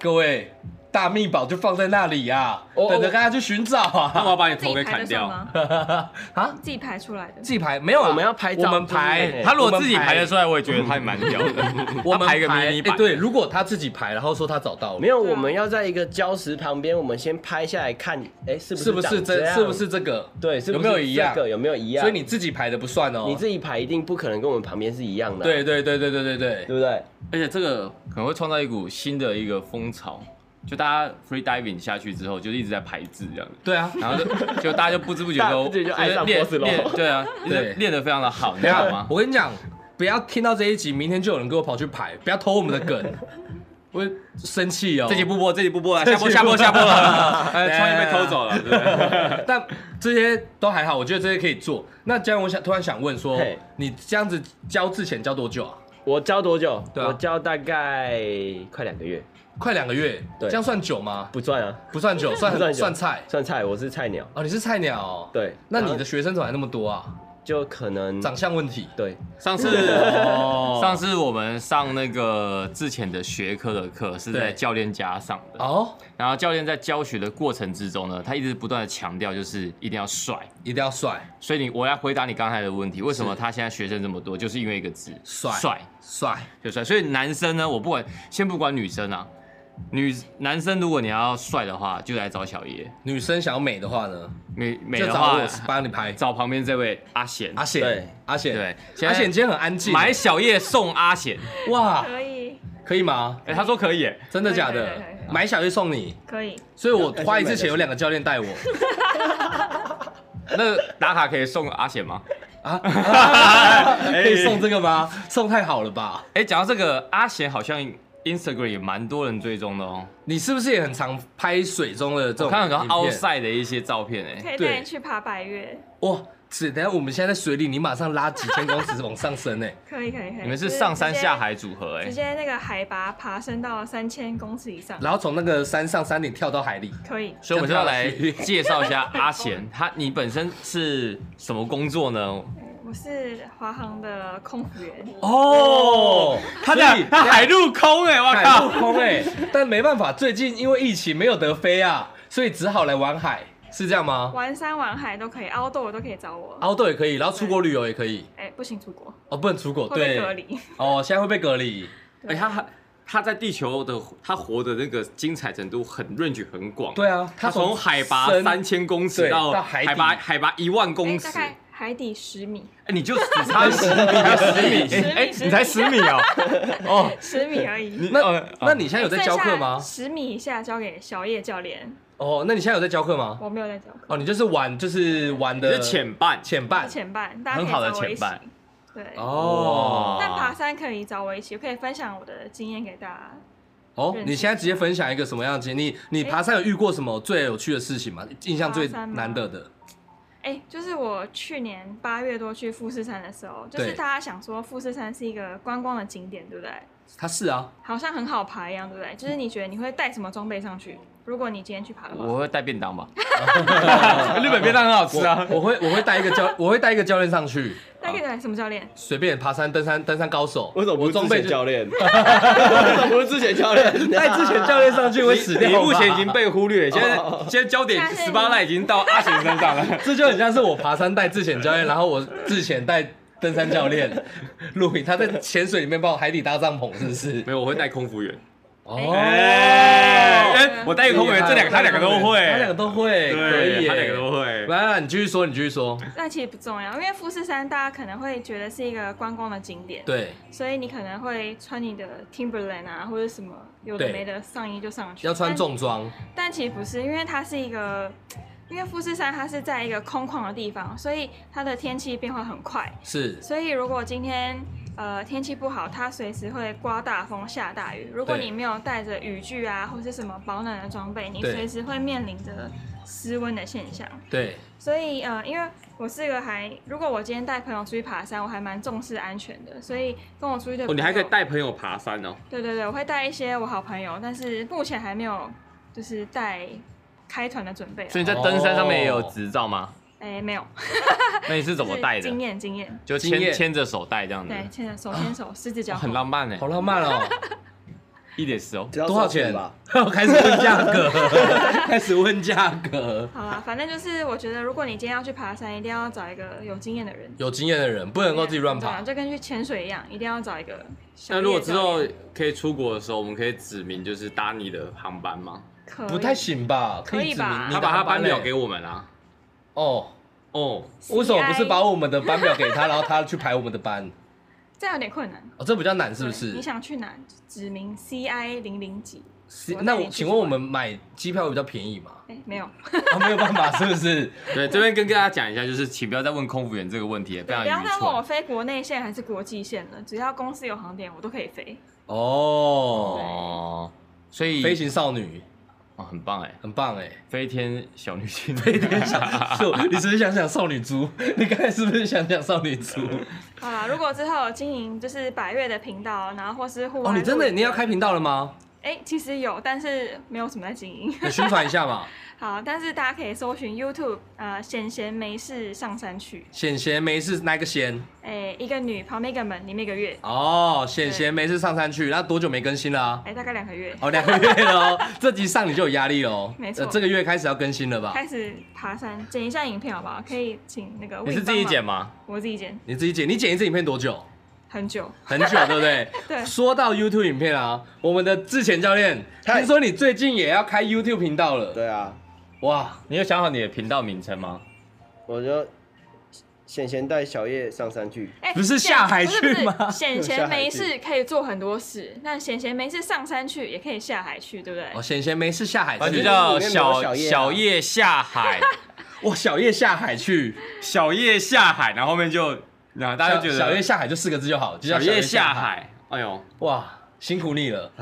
Speaker 3: 各位大秘宝就放在那里啊，
Speaker 4: 哦
Speaker 3: 等着大家去寻找
Speaker 2: 那我要
Speaker 3: 啊。
Speaker 2: 把
Speaker 1: *laughs*
Speaker 2: 你
Speaker 1: 自
Speaker 2: 头
Speaker 1: 己
Speaker 2: 给
Speaker 1: 排
Speaker 2: 砍
Speaker 1: 的算
Speaker 2: 掉。
Speaker 1: 吗？
Speaker 2: *laughs*
Speaker 3: 啊，
Speaker 1: 自己排出来的。
Speaker 3: 自己排没有啊？
Speaker 4: 我们要拍
Speaker 3: 我
Speaker 4: 照
Speaker 3: 们
Speaker 4: 就是
Speaker 3: 排
Speaker 4: 哎
Speaker 2: 他如果自己排得
Speaker 3: 的，
Speaker 2: 出来，我也觉得他蛮屌 *laughs* 的。
Speaker 3: 我们
Speaker 2: 他排一个迷你
Speaker 3: 哎
Speaker 2: 版，
Speaker 3: 对，如果他自己排，然后说他找到了，
Speaker 4: 没有，
Speaker 1: 对啊
Speaker 4: 我们要在一个礁石旁边，我们先拍下来看，哎，是不
Speaker 3: 是不是
Speaker 4: 长这
Speaker 3: 这
Speaker 4: 样
Speaker 3: 是不是这个？
Speaker 4: 对，是不
Speaker 3: 有
Speaker 4: 是
Speaker 3: 没有一样
Speaker 4: 这？个有没有一样？
Speaker 3: 所以你自己排的不算哦。
Speaker 4: 你自己排一定不可能跟我们旁边是一样的啊，
Speaker 3: 对对对对对对对。
Speaker 4: 对不对？
Speaker 2: 而且这个可能会创造一股新的一个风潮，就大家 free diving 下去之后，就是一直在排字这样子。
Speaker 3: 对啊，
Speaker 2: 然后就就大家就不知不觉
Speaker 4: 大家
Speaker 2: 都
Speaker 4: 不知不觉就爱上
Speaker 2: 练
Speaker 4: Boss 咯
Speaker 2: 练对啊，
Speaker 3: 对啊
Speaker 2: 练得非常的好，你知
Speaker 3: 等一
Speaker 2: 道
Speaker 3: 下
Speaker 2: 吗，？
Speaker 3: *laughs* 我跟你讲，不要听到这一集，明天就有人给我跑去排，不要偷我们的
Speaker 4: *laughs*
Speaker 3: 梗，我会生气哦。
Speaker 2: 这集不播，这集不播了，
Speaker 3: 这
Speaker 2: 下
Speaker 3: 集不
Speaker 2: 播下播下播了，
Speaker 3: 哎
Speaker 2: 哎，创意被偷走了，对不对
Speaker 3: *laughs* 但这些都还好，我觉得这些可以做。那既然我想突然想问说
Speaker 4: 嘿，
Speaker 3: 你这样子教之前教多久啊？
Speaker 4: 我教多久？
Speaker 3: 对啊
Speaker 4: 我教大概快两个月，
Speaker 3: 快两个月，
Speaker 4: 对
Speaker 3: 这样算久吗？
Speaker 4: 不算啊，
Speaker 3: 不算久，算
Speaker 4: 不算久
Speaker 3: 算菜
Speaker 4: 算菜，我是菜鸟。
Speaker 3: 哦。你是菜鸟哦，
Speaker 4: 对，
Speaker 3: 那你
Speaker 4: 然
Speaker 3: 的
Speaker 4: 后
Speaker 3: 学生怎么还那么多啊？
Speaker 4: 就可
Speaker 2: 嗯
Speaker 4: 能
Speaker 3: 长相问题
Speaker 4: 对
Speaker 2: 上次
Speaker 3: 哦
Speaker 2: 上次我们上那个之前的学科的课是在
Speaker 3: 对
Speaker 2: 教练家上的，
Speaker 3: 哦，
Speaker 2: 然后教练在教学的过程之中呢，他一直不断的强调就是一定要帅。
Speaker 3: 一定要帅
Speaker 2: 所以你，我来回答你刚才的问题，为什么
Speaker 3: 是
Speaker 2: 他现在学生这么多，就是因为一个字，
Speaker 3: 帅
Speaker 2: 帅，
Speaker 3: 帅，
Speaker 2: 就帅。所以男生呢，我不管，先不管女生啊，女男生如果你要帅的话，就来找小叶，
Speaker 3: 女生想要美的话呢，
Speaker 2: 美美
Speaker 3: 就
Speaker 2: 的
Speaker 3: 找
Speaker 2: 话
Speaker 3: 我帮你拍。
Speaker 2: 找旁边这位阿贤，
Speaker 3: 阿
Speaker 4: 对
Speaker 3: 显，阿显，
Speaker 2: 对现
Speaker 3: 阿
Speaker 2: 在
Speaker 3: 显今天很安静，
Speaker 2: 买小叶送阿贤，啊
Speaker 3: 哇，
Speaker 1: 可以，
Speaker 3: 可以吗？
Speaker 2: 哎、他说可以耶，
Speaker 3: 真的假
Speaker 1: 可以
Speaker 3: 的
Speaker 1: 可以可？以
Speaker 3: 买小月送你，
Speaker 1: 可以，
Speaker 3: 所以我花一次钱有两个教练带我
Speaker 2: 那打卡可以送阿贤吗？
Speaker 3: 啊，可以送这个吗？送太好了吧？
Speaker 2: 哎、讲到这个，阿贤好像 Instagram 也蛮多人追踪的哦，
Speaker 3: 你是不是也很常拍水中的这
Speaker 2: 我
Speaker 3: 种？
Speaker 2: 看很多
Speaker 3: 凹
Speaker 2: 奥赛的一些照片，哎，
Speaker 1: 可以带你去爬百越，
Speaker 3: 哇！是，等一下我们现在在水里，你马上拉几千公尺往上升欸诶，
Speaker 1: 可以可以可以。
Speaker 2: 你们
Speaker 1: 就是直
Speaker 2: 上山
Speaker 1: 接
Speaker 2: 下海组合，哎
Speaker 1: 直，接那个海拔爬升到三千公尺以上，
Speaker 3: 然后从那个山上山顶跳到海里。
Speaker 1: 可以。
Speaker 2: 所以我就要来
Speaker 3: 这样
Speaker 2: 介绍一下阿贤，他你本身是什么工作呢？
Speaker 1: 哎我是华航的空服员，
Speaker 3: 哦，
Speaker 2: 他在他啊海陆空哎、我
Speaker 3: 海
Speaker 2: 靠
Speaker 3: 陆！空诶，但没办法，最近因为疫情没有得飞啊，所以只好来玩海，是这样吗？
Speaker 1: 玩山玩海都可以，凹豆都可以找我。
Speaker 2: 啊
Speaker 3: 凹豆也哦可以，然后出国旅游也可以。
Speaker 1: 哎、不行出国，
Speaker 3: 哦，不能出国，
Speaker 1: 会被
Speaker 3: 对，
Speaker 1: 隔离。
Speaker 3: 哦，现在会被隔离。
Speaker 2: 哎、他他他在地球的他活的那个精彩程度很 range 很广，
Speaker 3: 对啊，
Speaker 2: 他从海拔
Speaker 3: 深
Speaker 2: 三千公尺
Speaker 3: 对
Speaker 2: 到
Speaker 3: 到海底
Speaker 2: 海拔海拔一万公
Speaker 1: 哎
Speaker 2: 尺
Speaker 1: 大，概海底十米，
Speaker 2: 哎，你就只差 *laughs* 十米， *laughs* 十米，哎，你才十米 *laughs* 哦，哦，
Speaker 1: 十米而已。
Speaker 2: *laughs* 你
Speaker 3: 那、
Speaker 2: 哦
Speaker 3: 那你现在有在教课吗？
Speaker 1: 十米以下交给小叶教练，
Speaker 3: 哦，那你现在有在教课吗？
Speaker 1: 我没有在教课。
Speaker 3: 哦，你就是玩，就是玩
Speaker 2: 你
Speaker 3: 的
Speaker 2: 是前半，
Speaker 3: 前半
Speaker 1: 前半，大家
Speaker 2: 很
Speaker 1: 可以
Speaker 2: 好的
Speaker 1: 找我
Speaker 2: 前
Speaker 1: 一起
Speaker 2: 半。
Speaker 1: 对，
Speaker 2: 哇
Speaker 3: 哦
Speaker 1: 但爬山可以找我一起，我可以分享我的经验给大家。
Speaker 3: 哦，
Speaker 1: 认识
Speaker 3: 你现在直接分享一个什么样的经历？你你爬山有遇过什么最有趣的事情吗？印象最
Speaker 1: 哎爬山吗
Speaker 3: 难得的
Speaker 1: 哎、就是我去年八月多去富士山的时候，就是
Speaker 3: 对
Speaker 1: 大家想说富士山是一个观光的景点，对不对？
Speaker 3: 他是啊，
Speaker 1: 好像很好爬一样，对不对？就是你觉得你会带什么装备上去？如果你今天去爬的话，
Speaker 2: 我会带便当吧， *laughs* 日本便当很好吃啊。
Speaker 3: 我会我会带一个教我会带一个教练上去，
Speaker 1: 带给你什么教练？
Speaker 3: 随便爬山登山登山高手，
Speaker 4: 为什么不
Speaker 3: 我
Speaker 4: 是
Speaker 3: 装
Speaker 4: 之
Speaker 3: 备
Speaker 4: 前
Speaker 3: 就
Speaker 4: 教 *laughs* 练？为什么不是之前教练？
Speaker 3: 带之前教练上去会死掉吧？
Speaker 2: 你目前已
Speaker 3: *laughs*
Speaker 2: 经被忽略，现在现在焦点
Speaker 1: 但是
Speaker 2: 十八赖已经到阿行身上 *laughs* 了。
Speaker 3: 这就很像是我爬山带自潜教练，然后我自潜带登山教练录影，他在潜水里面帮我海底搭帐篷，是不是？哦
Speaker 2: 没有，我会带空服员。哦
Speaker 1: 哎
Speaker 2: 哎，我带一个空服员，这两个他两个都会，
Speaker 3: 他两个都会，可以
Speaker 2: 对，
Speaker 3: 耶，
Speaker 2: 他两个都会。
Speaker 3: 来来，你继续说，你继续说，
Speaker 1: 那其实不重要，因为富士山大家可能会觉得是一个观光的景点，
Speaker 3: 对，
Speaker 1: 所以你可能会穿你的 Timberland 啊，或者什么有的
Speaker 3: 对
Speaker 1: 没的上衣就上去。
Speaker 3: 要穿
Speaker 1: 但
Speaker 3: 重装，
Speaker 1: 但其实不是，因为它是一个，因为富士山它是在一个空旷的地方，所以它的天气变化很快。
Speaker 3: 是
Speaker 1: 所以如果今天呃天气不好，它随时会刮大风、下大雨。如果
Speaker 3: 对
Speaker 1: 你没有带着雨具啊，或是什么保暖的装备，你
Speaker 3: 对
Speaker 1: 随时会面临着失温的现象。
Speaker 3: 对，
Speaker 1: 所以呃，因为我是个还，如果我今天带朋友出去爬山，我还蛮重视安全的，所以跟我出去的朋友、
Speaker 2: 哦，你还可以带朋友爬山哦。
Speaker 1: 对对对，我会带一些我好朋友，但是目前还没有就是带开团的准备啊。
Speaker 2: 所以你在登山上面也有执照吗？
Speaker 1: 哎，没有，
Speaker 2: 那你是怎么带
Speaker 1: 就是？
Speaker 2: 的嗯
Speaker 1: 经验经验，
Speaker 2: 就
Speaker 3: 经验
Speaker 2: 牵牵着手带这样子，
Speaker 1: 对，牵着手牵手，十指交扣，
Speaker 2: 哇哦很浪漫哎
Speaker 3: 好，浪漫哦。
Speaker 2: 一点十哦。
Speaker 4: 只要
Speaker 3: 多少
Speaker 4: 收钱
Speaker 3: 钱
Speaker 4: 吧？
Speaker 3: *laughs* 开始问
Speaker 1: *laughs*
Speaker 3: 价格，开始问价格。
Speaker 1: 好啦，反正就是我觉得，如果你今天要去爬山，一定要找一个有经验的人，
Speaker 3: 有经验的人不能够自己乱
Speaker 1: 对啊
Speaker 3: 爬，
Speaker 1: 就跟去潜水一样，一定要找一个小业教
Speaker 2: 那
Speaker 1: 练。
Speaker 2: 如果之后可以出国的时候，我们可以指明就是搭你的航班吗？
Speaker 1: 可以
Speaker 3: 不太行吧？
Speaker 1: 可以
Speaker 3: 以指明
Speaker 1: 吧
Speaker 3: 你
Speaker 2: 他
Speaker 3: 的
Speaker 2: 把他
Speaker 3: 航
Speaker 2: 班
Speaker 3: 嘞
Speaker 2: 表给我们啊啦。
Speaker 3: 哦，
Speaker 2: 哦，
Speaker 1: CI
Speaker 3: 为什么不是把我们的班表给他，然后他去排我们的班？
Speaker 1: 这样有点困难，
Speaker 3: 哦，这比较难，是不
Speaker 1: 对
Speaker 3: 是
Speaker 1: *laughs* 你？想去哪，指明 CI 零零几？
Speaker 3: 是
Speaker 1: 我
Speaker 3: 那
Speaker 1: 带你
Speaker 3: 我
Speaker 1: 出
Speaker 3: 请
Speaker 1: 去
Speaker 3: 问我
Speaker 1: 玩
Speaker 3: 们买机票比较便宜吗？ *laughs*
Speaker 1: 哎，没有，
Speaker 3: 啊，没有办法，是不是？
Speaker 2: 对，这边跟大家讲一下，就是请不要再问空服员这个问题，非
Speaker 1: 对
Speaker 2: 常
Speaker 1: 不
Speaker 2: 愚
Speaker 1: 要再问我
Speaker 2: 蠢。
Speaker 1: 飞国内线还是国际线了，只要公司有航点，我都可以飞。
Speaker 3: 哦，
Speaker 2: 哦，所以
Speaker 3: 飞行少女
Speaker 2: 哦很棒哎，
Speaker 3: 很棒
Speaker 1: *laughs*
Speaker 3: 哎，
Speaker 2: 飞天小女 *laughs* 星，
Speaker 3: 飞天小，是我你是不是想讲少女猪？ *laughs* 你刚才是不是想讲少女猪？
Speaker 1: 好啦，如果之后有经营就是百越的频道，然后或是户外，
Speaker 3: 哦，你真的你要？开频道了吗？
Speaker 1: 哎，其实有，但是没有什么在经营。
Speaker 3: 你宣传一下嘛。
Speaker 1: 好，但是大家可以搜寻 YouTube，呃，闲闲没事上山去，
Speaker 3: 显贤没事，那个贤？
Speaker 1: 哎，一个女旁边一个门，里面一个月，
Speaker 3: 哦，显贤没事上山去，那多久没更新了、啊？
Speaker 1: 哎，大概两个月，
Speaker 3: 哦，两个月了
Speaker 4: *laughs*
Speaker 3: 哦，这集上你就有压力了哦。
Speaker 1: 没错
Speaker 3: 呃这个月开始要更新了吧？
Speaker 1: 开始爬山，剪一下影片好不好？可以请那个
Speaker 2: 你
Speaker 1: Win
Speaker 2: 是自己
Speaker 1: 帮忙
Speaker 2: 剪，吗？
Speaker 1: 我自己剪，
Speaker 3: 你自己剪，你剪一支影片多久？
Speaker 1: 很久，
Speaker 3: 很久，对不
Speaker 4: *laughs*
Speaker 3: 对？
Speaker 1: 对
Speaker 3: 说到 YouTube 影片啊，我们的志前教练，
Speaker 4: 嗨
Speaker 3: 听说你最近也要开 YouTube 频道了。
Speaker 4: 对啊，
Speaker 3: 哇，
Speaker 2: 你有想好你的频道名称吗？
Speaker 4: 我就显贤带小叶上山去，
Speaker 1: 哎，
Speaker 3: 不是
Speaker 1: 闲
Speaker 3: 下海
Speaker 1: 不是不是
Speaker 3: 去吗
Speaker 1: 闲
Speaker 4: 下
Speaker 1: 闲
Speaker 4: 海
Speaker 1: 没
Speaker 4: 去
Speaker 1: 事可以做很多事，那闲闲没事上山去也可以下海去，对不对？
Speaker 3: 哦，显贤没事下海
Speaker 2: 啊，就
Speaker 3: 去，
Speaker 2: 叫
Speaker 4: 里面没有
Speaker 2: 小
Speaker 4: 小叶啊
Speaker 2: 小叶下 *laughs* 海，
Speaker 3: 哇，小叶下海去，
Speaker 2: 小叶下海，然后后面就，然后大家就觉得
Speaker 3: 小小叶下海就四个字就好，就叫
Speaker 2: 小叶
Speaker 3: 下
Speaker 2: 下。海，哎呦，
Speaker 3: 哇，辛苦你了，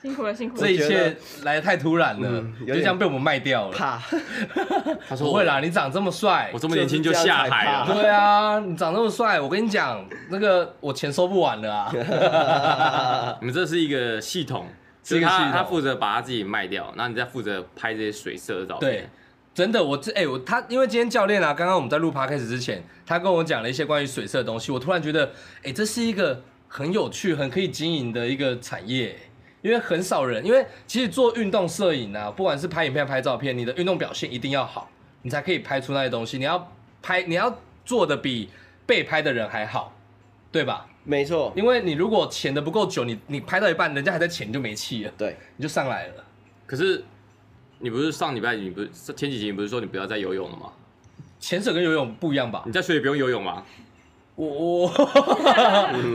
Speaker 1: 辛苦了，辛苦了
Speaker 3: 这。一
Speaker 4: 觉得
Speaker 3: 切来的太突然了
Speaker 4: 嗯，有
Speaker 3: 就
Speaker 4: 点
Speaker 3: 这样被我们卖掉了。
Speaker 4: 怕 *laughs*
Speaker 2: *laughs* 他
Speaker 3: 不会啦，，你长这么帅
Speaker 2: 我，这么年轻就下海
Speaker 4: 就是这样才怕
Speaker 2: 了，
Speaker 3: 对啊，你长那么帅，我跟你讲，那个我钱收不完
Speaker 2: *laughs*
Speaker 3: 了啊。
Speaker 2: *laughs* 你们这是一个系统，
Speaker 3: 是一
Speaker 2: 是
Speaker 3: 个系
Speaker 2: 他
Speaker 3: 统
Speaker 2: 他负责把他自己卖掉，那你再负责拍这些水色的照
Speaker 3: 对
Speaker 2: 片，，
Speaker 3: 真的，我这哎、我他因为今天教练啊，刚刚我们在录 p 开始之前，他跟我讲了一些关于水色的东西，我突然觉得，哎、这是一个很有趣、很可以经营的一个产业。因为很少人，因为其实做运动摄影啊，不管是拍影片、拍照片，你的运动表现一定要好，你才可以拍出那些东西。你要拍，你要做的比被拍的人还好，对吧？
Speaker 4: 没错，
Speaker 3: 因为你如果潜的不够久，你你拍到一半，人家还在潜，你就没气了，
Speaker 4: 对，
Speaker 3: 你就上来了。
Speaker 2: 可是你不是上礼拜你不是前几集你不是说你不要再游泳了吗？
Speaker 3: 潜水跟游泳不一样吧
Speaker 5: 你？在水里不用游泳吗？
Speaker 3: 我我，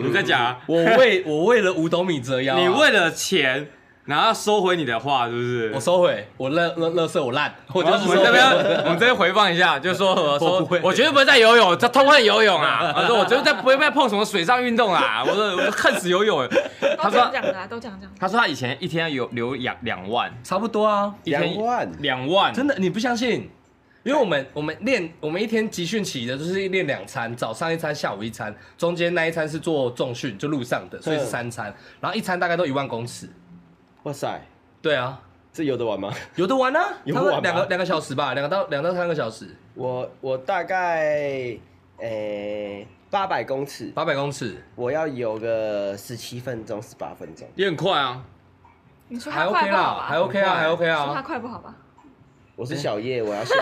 Speaker 5: 你在讲啊
Speaker 3: 我为我为了五斗米折腰啊、
Speaker 5: 你为了钱，然后收回你的话，是不是？
Speaker 3: 我收回，我乐乐乐色我烂，我
Speaker 2: 我
Speaker 3: 就是
Speaker 2: 们
Speaker 3: 收
Speaker 2: 这
Speaker 3: 回
Speaker 2: 边，我们这边回放一下，就说我
Speaker 3: 我不
Speaker 2: 说
Speaker 3: 会，
Speaker 2: 我绝对不会再游泳，他痛恨游泳啊！我说我绝对再不会再碰什么水上运动啦！我说我恨死游泳。他
Speaker 1: 都
Speaker 2: 说
Speaker 1: 讲这样的、啊，都讲这样。
Speaker 2: 他说他以前一天要游流两两万，
Speaker 3: 差不多啊，
Speaker 2: 一天
Speaker 4: 两万
Speaker 2: 两万，
Speaker 3: 真的你不相信？因为我们我们练我们一天集训起的就是练两餐，早上一餐，下午一餐，中间那一餐是做重训，就路上的，所以是三餐，然后一餐大概都一万公尺。
Speaker 4: 哇塞，
Speaker 3: 对啊，
Speaker 4: 这游得完吗？
Speaker 3: 有的玩啊，
Speaker 4: 有
Speaker 3: 差
Speaker 4: 得
Speaker 3: 不多
Speaker 4: 玩吗
Speaker 3: 两个两个小时吧，两个到两到三个小时，
Speaker 4: 我我大概诶八百公尺，
Speaker 3: 八百公尺，
Speaker 4: 我要游个十七分钟、十八分钟。
Speaker 5: 也很快啊，
Speaker 1: 你说
Speaker 3: 还
Speaker 1: 他快
Speaker 3: OK
Speaker 1: 不好
Speaker 3: 啦，
Speaker 1: 吧？
Speaker 3: 还 OK 啊，还 OK
Speaker 1: 说他
Speaker 3: 啊。
Speaker 1: 快不好吧？
Speaker 4: 我
Speaker 3: 哎
Speaker 4: 是小叶，我要下
Speaker 3: *laughs*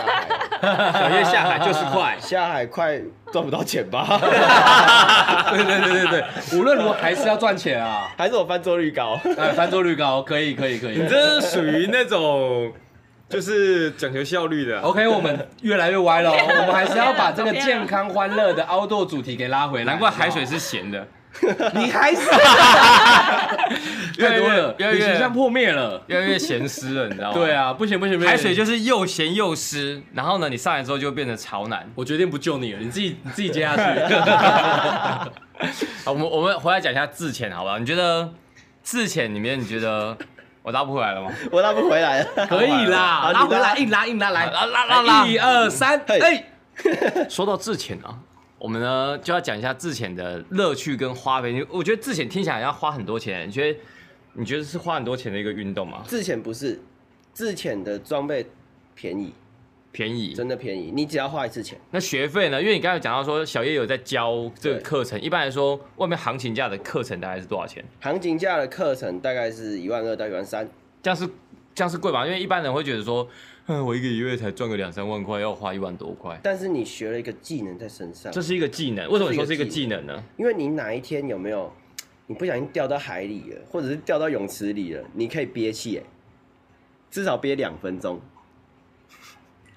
Speaker 4: 海，。
Speaker 5: 小叶下海就是快
Speaker 4: 下海快赚不到钱吧？ *laughs*
Speaker 3: 对对对对对，无论如何还是要赚钱啊。
Speaker 4: 还是我翻桌率高？ *laughs*
Speaker 3: 哎，翻桌率高，可以可以可以。
Speaker 5: *laughs* 你这是属于那种就是讲求效率
Speaker 2: 哦
Speaker 5: 的。
Speaker 3: OK，我们越来越歪了哦，我们还是要把
Speaker 1: *laughs*
Speaker 3: 这个健康欢乐的 outdoor 主题给拉回来。
Speaker 2: 难怪海水是咸的，
Speaker 3: 你还是太多了，
Speaker 2: 越来越
Speaker 3: 你形象破灭了。
Speaker 2: 越来越咸湿了，你知道吗？
Speaker 3: 对，啊，不行不行不行，
Speaker 2: 海水就是又咸又湿，然后呢，你上来之后就变成潮男。
Speaker 3: 我决定不救你了，你自己你自己接下去。
Speaker 2: 好，我们我们回来讲一下自潜，好不好？你觉得自潜里面，你觉得我拉不回来了吗？
Speaker 4: 我拉不回来了。
Speaker 3: 可以啦，
Speaker 4: 好
Speaker 3: 拉
Speaker 4: 你
Speaker 3: 回
Speaker 4: 拉
Speaker 3: 来，硬拉硬拉来，
Speaker 2: 拉拉拉拉
Speaker 3: 一二三，
Speaker 4: 嘿
Speaker 3: 哎，
Speaker 2: 说到自潜啊，我们呢就要讲一下自潜的乐趣跟花费。我觉得自潜听起来要花很多钱，你觉得你觉得是花很多钱的一个运动吗？
Speaker 4: 自潜不是，自潜的装备便宜，
Speaker 2: 便宜？
Speaker 4: 真的便宜，你只要花一次钱。
Speaker 2: 那学费呢？因为你刚才有讲到说小叶有在教这个
Speaker 4: 对
Speaker 2: 课程，一般来说外面行情价的课程大概是多少钱？
Speaker 4: 行情价的课程大概是一万二到一万三，
Speaker 2: 这样是这样是贵吧？因为一般人会觉得说，嗯，我一个月才赚个两三万块，要花一万多块，
Speaker 4: 但是你学了一个技能在身上
Speaker 2: 这，是一个技能。为什么你说是一个技能
Speaker 4: *laughs*
Speaker 2: 呢？
Speaker 4: 因为你哪一天有没有，你不小心掉到海里了，或者是掉到泳池里了，你可以憋气，哎，至少憋两分钟。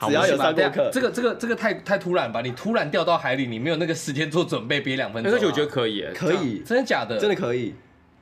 Speaker 4: 只要有上过课，
Speaker 3: 这个这个这个太太突然吧？你突然掉到海里，你没有那个时间做准备，憋两分钟
Speaker 2: 哎
Speaker 5: 但
Speaker 3: 啊。
Speaker 5: 是我觉得可以耶，
Speaker 4: 可以，
Speaker 3: 真的假的？
Speaker 4: 真的可以，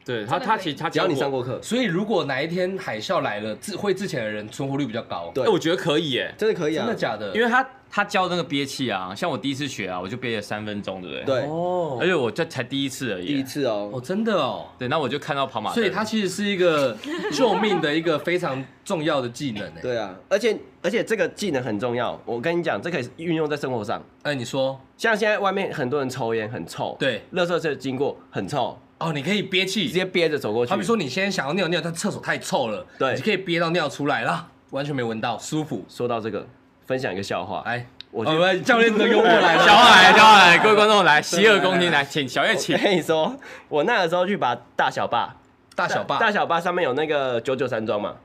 Speaker 5: 对他
Speaker 1: 真的
Speaker 5: 他
Speaker 1: 可
Speaker 5: 其
Speaker 1: 以
Speaker 5: 实他
Speaker 4: 只要你
Speaker 5: 教我
Speaker 4: 上，过课，
Speaker 3: 所以如果哪一天海啸来了，自会之前的人存活率比较高。
Speaker 4: 对
Speaker 5: 哎，我觉得可以耶，
Speaker 4: 真的可以啊，
Speaker 3: 真的假的？
Speaker 2: 因为他他教那个憋气啊，像我第一次学啊，我就憋了三分钟，对不对？。
Speaker 4: 对，
Speaker 3: 哦
Speaker 2: 而且我这才第一次而已。
Speaker 4: 第一次
Speaker 3: 哦，
Speaker 4: 哦，
Speaker 3: 真的哦。
Speaker 2: 对，那我就看到跑马灯，
Speaker 3: 所以它其实是一个救命的一个非常重要的技能欸诶。
Speaker 4: 对啊，而且而且这个技能很重要，我跟你讲，这可以运用在生活上。
Speaker 3: 哎，你说
Speaker 4: 像现在外面很多人抽烟很臭，
Speaker 3: 对
Speaker 4: 垃圾车经过很臭，
Speaker 3: 哦，你可以憋
Speaker 4: 直
Speaker 3: 气，
Speaker 4: 接憋着走过去。
Speaker 3: 好比说你现在想要尿尿，但厕所太臭了，
Speaker 4: 对
Speaker 3: 你可以憋到尿出来啦，完全没闻到，舒服。
Speaker 4: 说到这个，分享一个笑话，
Speaker 3: 来，
Speaker 4: 我
Speaker 3: 哦
Speaker 4: 就
Speaker 3: 喂教练的幽默来
Speaker 2: *laughs*
Speaker 3: 了，
Speaker 2: 小矮小矮，各位观众来，洗耳恭听，来，请小叶
Speaker 4: 我
Speaker 2: 请。
Speaker 4: *laughs* 跟你说，我那个时候去把大小坝，
Speaker 3: 大小
Speaker 4: 大
Speaker 3: 坝，
Speaker 4: 小坝上面有那个九九山庄嘛，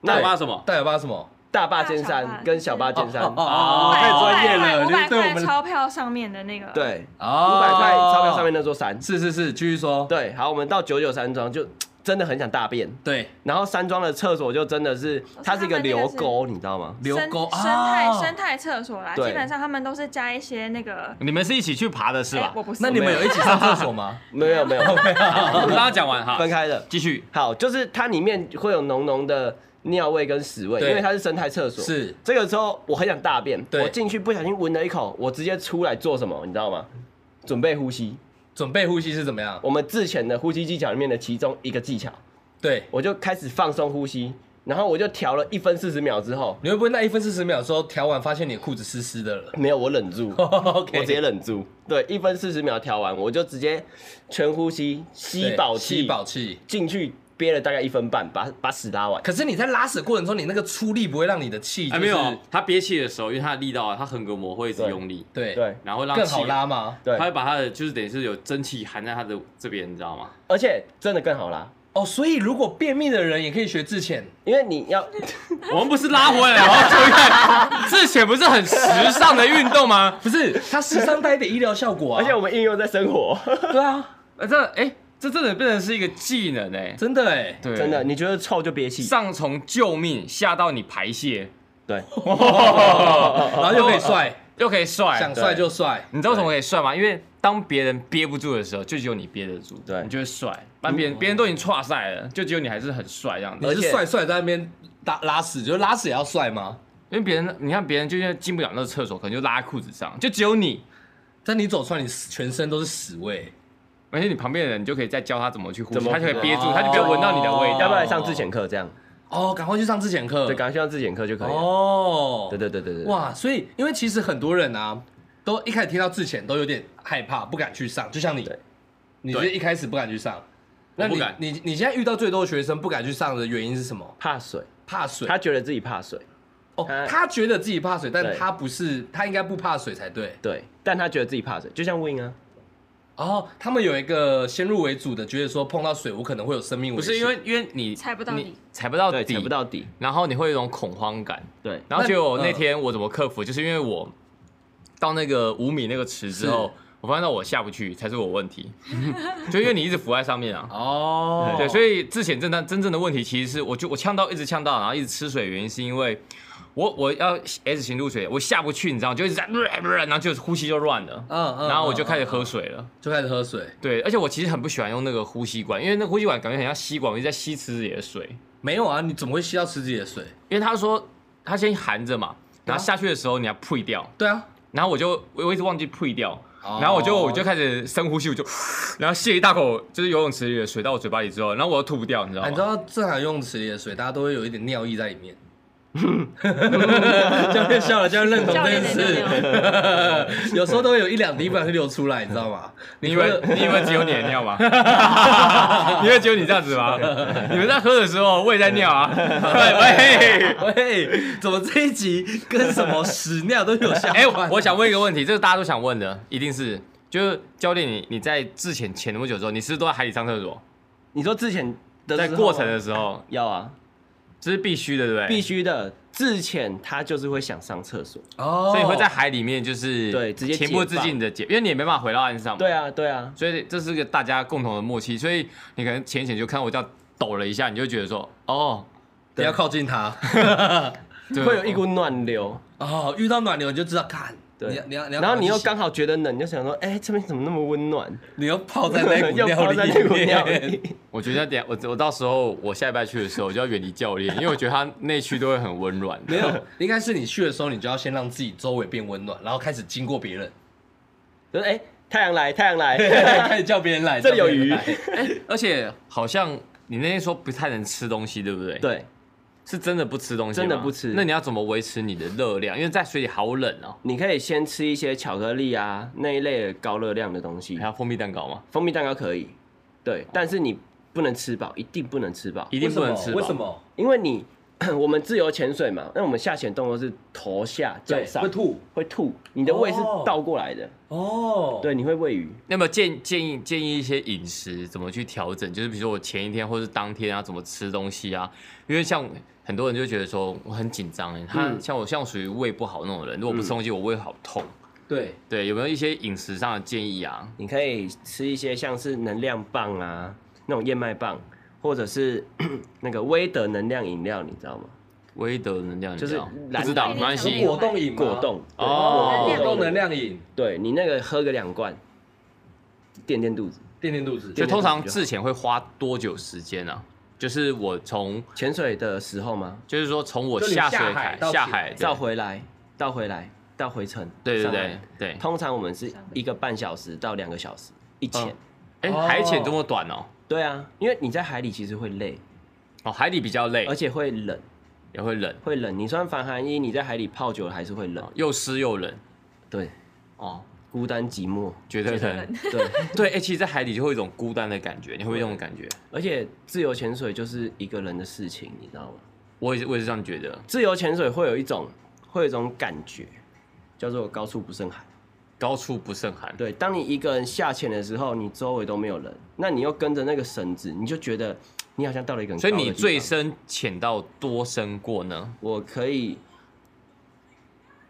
Speaker 5: 那
Speaker 4: 对
Speaker 5: 我怕什么？
Speaker 3: 大小坝什么？
Speaker 4: 大坝尖
Speaker 1: 大小坝
Speaker 4: 山跟小坝尖山，
Speaker 3: 哦，太专业了，
Speaker 1: 五
Speaker 3: 就是
Speaker 1: 百
Speaker 3: 对
Speaker 1: 块
Speaker 3: 我们的
Speaker 1: 钞票上面的那个，，
Speaker 4: 对，五
Speaker 3: 哦
Speaker 4: 百块钞票上面那座山，
Speaker 3: 是是是，继续说，
Speaker 4: 对，好，我们到九九山庄就真的很想大便，
Speaker 3: 对，
Speaker 4: 然后山庄的厕所就真的是
Speaker 1: 哦
Speaker 4: 它是一个
Speaker 1: 他们那个
Speaker 4: 流
Speaker 1: 是
Speaker 4: 沟，你知道吗？
Speaker 3: 流
Speaker 1: 生
Speaker 3: 沟
Speaker 1: 生态
Speaker 2: 啊
Speaker 3: 哦
Speaker 1: 生态厕所啦，
Speaker 4: 对
Speaker 1: 基本上他们都是加一些那个，
Speaker 2: 你们是一起去爬的是
Speaker 1: 哎
Speaker 2: 吧，？
Speaker 1: 我不是，
Speaker 3: 那你们有一起上厕所吗？
Speaker 4: 没有没有，
Speaker 2: *laughs* 我刚刚讲完哈，
Speaker 4: *laughs* 分开的。
Speaker 2: 继续。
Speaker 4: 好，就是它里面会有浓浓的尿味跟屎味，
Speaker 3: 对
Speaker 4: 因为它是生态厕
Speaker 3: *laughs*
Speaker 4: 所。
Speaker 3: 是
Speaker 4: 这个时候我很想大便，
Speaker 3: 对
Speaker 4: 我进去不小心闻了一口，我直接出来做什么，你知道吗？准备呼吸，
Speaker 3: 准备呼吸是怎么样？
Speaker 4: 我们之前的呼吸技巧里面的其中一个技巧，
Speaker 3: 对，
Speaker 4: 我就开始放松呼吸，然后我就调了一分四十秒之后，
Speaker 3: 你会不会那一分四十秒的时候调完，发现你裤子湿湿的
Speaker 2: *laughs*
Speaker 3: 了
Speaker 4: 没有我忍住，
Speaker 3: ？OK，
Speaker 4: 我直接忍住，对，一分四十秒调完，我就直接全呼吸吸
Speaker 3: 对
Speaker 4: 饱
Speaker 3: 吸
Speaker 4: 气，
Speaker 3: 饱气。
Speaker 4: 进去憋了大概一分半，把把屎拉完。
Speaker 3: 可是你在拉屎过程中，你那个出力不会让你的气、就
Speaker 5: 哎，
Speaker 3: 是
Speaker 5: 没有，他憋气的时候，因为他的力道啊，他横膈膜会一直
Speaker 4: 对
Speaker 5: 用力，
Speaker 3: 对
Speaker 4: 对
Speaker 5: 然后会让
Speaker 3: 更
Speaker 5: 气
Speaker 3: 好拉吗？
Speaker 4: 对
Speaker 5: 他，会把他的就是等于是有蒸汽含在他的这边，你知道吗？
Speaker 4: 而且真的更好拉，
Speaker 3: 哦，所以如果便秘的人也可以学自潜，
Speaker 4: 因为你要
Speaker 2: 我们不是拉回来，然后注意看， *laughs* 自潜不是很时尚的运动吗？
Speaker 3: *laughs* 不是它时尚带一点医疗效果啊。
Speaker 4: 而且我们应用在生活，
Speaker 3: 对啊，
Speaker 2: 呃，这哎、这真的变成是一个技能哎、
Speaker 3: 真的哎，
Speaker 2: 对，
Speaker 4: *laughs* 真的，你觉得臭就憋气，
Speaker 2: 上从救命下到你排泄，
Speaker 4: 对，
Speaker 2: 哦
Speaker 3: 然后又可以帅，
Speaker 2: 又可以帅，
Speaker 3: 想帅就帅。
Speaker 2: 你知道为什么可以帅吗？因为当别人憋不住的时候，就只有你憋得住，
Speaker 4: 对嗯
Speaker 2: 你就会帅。那别人别人都已经岔赛了，就只有你还是很帅这样子。
Speaker 3: 你
Speaker 2: 而
Speaker 3: 是
Speaker 2: 且，
Speaker 3: 帅帅在那边拉拉屎，就是拉屎也要帅吗？
Speaker 2: 因为别人你看别人就因为进不了那个厕所，可能就拉在裤子上，就只有你。
Speaker 3: 但你走出来，你全身都是屎味。
Speaker 2: 而且你旁边的人你就可以再教他怎么去呼
Speaker 4: 怎
Speaker 2: 吸，
Speaker 4: 么
Speaker 2: 他就可以憋住，
Speaker 3: 哦
Speaker 2: 他就不要闻到你的味
Speaker 4: 要不
Speaker 2: 道。
Speaker 4: 然上自检课这样，
Speaker 3: 哦，赶快去上自检课。
Speaker 4: 对，赶快去上自检课就可以了。
Speaker 3: 哦，
Speaker 4: 对对对对对，
Speaker 3: 哇，所以因为其实很多人啊，都一开始听到自潜都有点害怕，不敢去上，就像你
Speaker 4: 对，
Speaker 3: 你是一开始不敢去上，那
Speaker 2: 我
Speaker 3: 你
Speaker 2: 不敢
Speaker 3: 你你现在遇到最多的学生不敢去上的原因是什么？
Speaker 4: 怕水，
Speaker 3: 怕水。
Speaker 4: 他觉得自己怕水，
Speaker 3: 哦
Speaker 4: 他，
Speaker 3: 他觉得自己怕水，但
Speaker 4: 对
Speaker 3: 他不是，他应该不怕水才对。
Speaker 4: 对，但他觉得自己怕水，就像 Win 啊，
Speaker 3: 哦，他们有一个先入为主的，觉得说碰到水我可能会有生命
Speaker 2: 不
Speaker 3: 危险。
Speaker 2: 是因为因为你
Speaker 1: 踩不到
Speaker 2: 你
Speaker 1: 底
Speaker 2: 踩不到
Speaker 4: 对，
Speaker 2: 底，
Speaker 4: 踩不，到底，
Speaker 2: 然后你会有一种恐慌感。
Speaker 4: 对，
Speaker 2: 然后
Speaker 3: 那
Speaker 2: 就那
Speaker 3: 嗯
Speaker 2: 天我怎么克服，就是因为我到那个五米那个池之后，我发现到我下不去才是我问
Speaker 3: *laughs*
Speaker 2: 题，就因为你一直浮在上面啊。
Speaker 3: 哦，
Speaker 2: 对，所
Speaker 3: 以
Speaker 2: 以之前真的真正的问题其实是，我就我呛到一直呛到，然后一直吃水，原因是因为我我要 S 型入水，我下不去，你知道吗，就一直在，然后就呼吸就乱了，
Speaker 3: 嗯嗯
Speaker 2: 然后我就开始喝
Speaker 3: 嗯
Speaker 2: 水了。
Speaker 3: 嗯就开始喝水，
Speaker 2: 对，而且我其实很不喜欢用那个呼吸管，因为那呼吸管感觉很像吸管，我一直在吸池子里的水。
Speaker 3: 没有啊，你怎么会吸到池子里的水？
Speaker 2: 因为他说他先含着嘛，然后
Speaker 3: 啊
Speaker 2: 下去的时候你要呸掉，
Speaker 3: 对啊，
Speaker 2: 然后我就我我一直忘记呸掉，
Speaker 3: 哦
Speaker 2: 然后我就我就开始深呼吸，我就 *laughs* 然后吸了一大口就是游泳池里的水到我嘴巴里之后，然后我又吐不掉，你知道
Speaker 3: 啊你知
Speaker 2: 吗？
Speaker 3: 道正常游泳池里的水，大家都会有一点尿意在里面。教练笑了，教练认同
Speaker 1: 教
Speaker 3: 这
Speaker 1: 练
Speaker 3: 件
Speaker 1: 的尿
Speaker 3: 事。
Speaker 1: 尿，
Speaker 3: 有时候都会有一两滴不小心流出来，你知道吗？
Speaker 2: 你以为你以为只有你的 *laughs* 尿吗？你以为只有你这样子 *laughs* 吗？你们在喝的时候我也在尿啊！ *laughs* 喂喂，
Speaker 3: 喂，怎么这一集跟什么屎尿都有相
Speaker 2: 哎、
Speaker 3: 关？
Speaker 2: 我我想问一个问题，这是大家都想问的，一定是就是教练你你在之前潜那么久之后，你是不是都在海里上厕所？
Speaker 4: 你说之前的
Speaker 2: 在
Speaker 4: 时候
Speaker 2: 过程的时候，
Speaker 4: 要啊，
Speaker 2: 这是必须的，对不对？
Speaker 4: 必须的，自潜他就是会想上厕所，
Speaker 3: 哦，
Speaker 2: 所以会在海里面就是
Speaker 4: 对直接
Speaker 2: 情不
Speaker 4: 解
Speaker 2: 自
Speaker 4: 放
Speaker 2: 禁的解，因为你也没办法回到岸上嘛。
Speaker 4: 对啊，对啊，
Speaker 2: 所以这是个大家共同的默契。所以你可能浅浅就看到我这样抖了一下，你就觉得说，哦，
Speaker 3: 不要靠近它。啊
Speaker 2: 对
Speaker 4: 会有一股暖流，
Speaker 3: 哦，遇到暖流你就知道，看，你
Speaker 4: 对
Speaker 3: 要，你要，
Speaker 4: 然后你又刚
Speaker 3: 好，
Speaker 4: 好觉得冷，你就想说，哎，这边怎么那么温暖？
Speaker 3: 你又泡在那股
Speaker 4: *laughs* 又
Speaker 3: 尿
Speaker 4: 泡在那股
Speaker 3: 里 *laughs*
Speaker 4: 尿
Speaker 3: 面。
Speaker 4: 里，
Speaker 2: 我觉得等下我我到时候我下礼拜去的时候，我就要远离教练，因为我觉得他内驱都会很温软。
Speaker 3: 没有，应该是你去的时候，你就要先让自己周围变温暖，然后开始经过别人， *laughs*
Speaker 4: 就是哎，太阳来，太阳来，
Speaker 3: 开始叫别人来。
Speaker 4: 这里有
Speaker 3: 叫别人
Speaker 4: 鱼
Speaker 3: 来
Speaker 2: 哎而且好像你那天说不太能吃东西，对不对？，
Speaker 4: 对，
Speaker 2: 是真的不吃东西吗，
Speaker 4: 真的不吃
Speaker 2: 那你要怎么维持你的热量？因为在水里好冷哦。
Speaker 4: 你可以先吃一些巧克力啊那一类的高热量的东西
Speaker 2: 还，有蜂蜜蛋糕吗？
Speaker 4: 蜂蜜蛋糕可以，对，但是你不能吃饱，一定不能吃饱，
Speaker 2: 一定不能吃吧？
Speaker 3: 为什么？
Speaker 4: 因为你 *clears throat* 我们自由潜水嘛，那我们下潜动作是头下脚
Speaker 3: 对，
Speaker 4: 上，
Speaker 3: 会吐。
Speaker 4: 会吐，你的胃是
Speaker 3: 哦
Speaker 4: 倒过来的，
Speaker 3: 哦，
Speaker 4: 对，你会喂鱼。
Speaker 2: 那么建建议建议一些饮食怎么去调整？就是比如说我前一天或是当天啊，怎么吃东西啊？因为像很多人就觉得说我很紧张哎，他、
Speaker 4: 嗯
Speaker 2: 像我像我属于胃不好那种人，如果不吃东西我胃好痛。
Speaker 3: 对，
Speaker 2: 对，有没有一些饮食上的建议啊？
Speaker 4: 你可以吃一些像是能量棒啊，那种燕麦棒，或者是 *clears throat* 那个威德能量饮料，你知道吗？
Speaker 2: 微德能量饮料
Speaker 4: 就是
Speaker 2: 不知道
Speaker 1: 蓝
Speaker 2: 没关
Speaker 1: 有
Speaker 2: 系
Speaker 1: 点，
Speaker 3: 果冻饮吗，
Speaker 4: 果冻对
Speaker 2: 哦
Speaker 3: 果冻能量饮，
Speaker 4: 对你那个喝个两罐，垫垫肚子。
Speaker 3: 垫垫肚子。
Speaker 2: 就通常自潜会花多久时间啊？就是我从
Speaker 4: 潜水的时候吗？
Speaker 2: 就是说从我
Speaker 3: 就你
Speaker 2: 下水
Speaker 3: 下海
Speaker 2: 海
Speaker 3: 到
Speaker 2: 下
Speaker 3: 起
Speaker 2: 海
Speaker 4: 到
Speaker 2: 对
Speaker 4: 回来，到回来，到回程，
Speaker 2: 对对
Speaker 4: 上哦来
Speaker 2: 对对，
Speaker 4: 通常我们是一个半小时到两个小时一潜。
Speaker 2: 嗯哎、海潜这么短哦，
Speaker 4: 对啊，因为你在海里其实会累，
Speaker 2: 哦海底比较累
Speaker 4: 而，且会冷，
Speaker 2: 也会冷，哦
Speaker 4: 会冷。你穿防寒衣，你在海里泡久了还是会冷。
Speaker 2: 又湿又冷
Speaker 4: 对，
Speaker 2: 哦，
Speaker 4: 孤单寂
Speaker 2: *laughs*
Speaker 4: 寞。
Speaker 2: 觉得冷。
Speaker 4: 对，
Speaker 2: 对，哎、其实，在海底就会有一种孤单的感觉，你会不会有这种感觉？
Speaker 4: 而且自由潜水就是一个人的事情，你知道吗？
Speaker 2: 我也是，我也是这样觉得。
Speaker 4: 自由潜水会有一种，会有一种感觉，叫做高处不胜寒。
Speaker 2: 高处不胜寒，
Speaker 4: 对，当你一个人下潜的时候，你周围都没有人，那你又跟着那个绳子，你就觉得你好像到了一个很
Speaker 2: 所以
Speaker 4: 高的
Speaker 2: 你
Speaker 4: 地
Speaker 2: 最
Speaker 4: 方
Speaker 2: 深潜到多深过呢？
Speaker 4: 我可以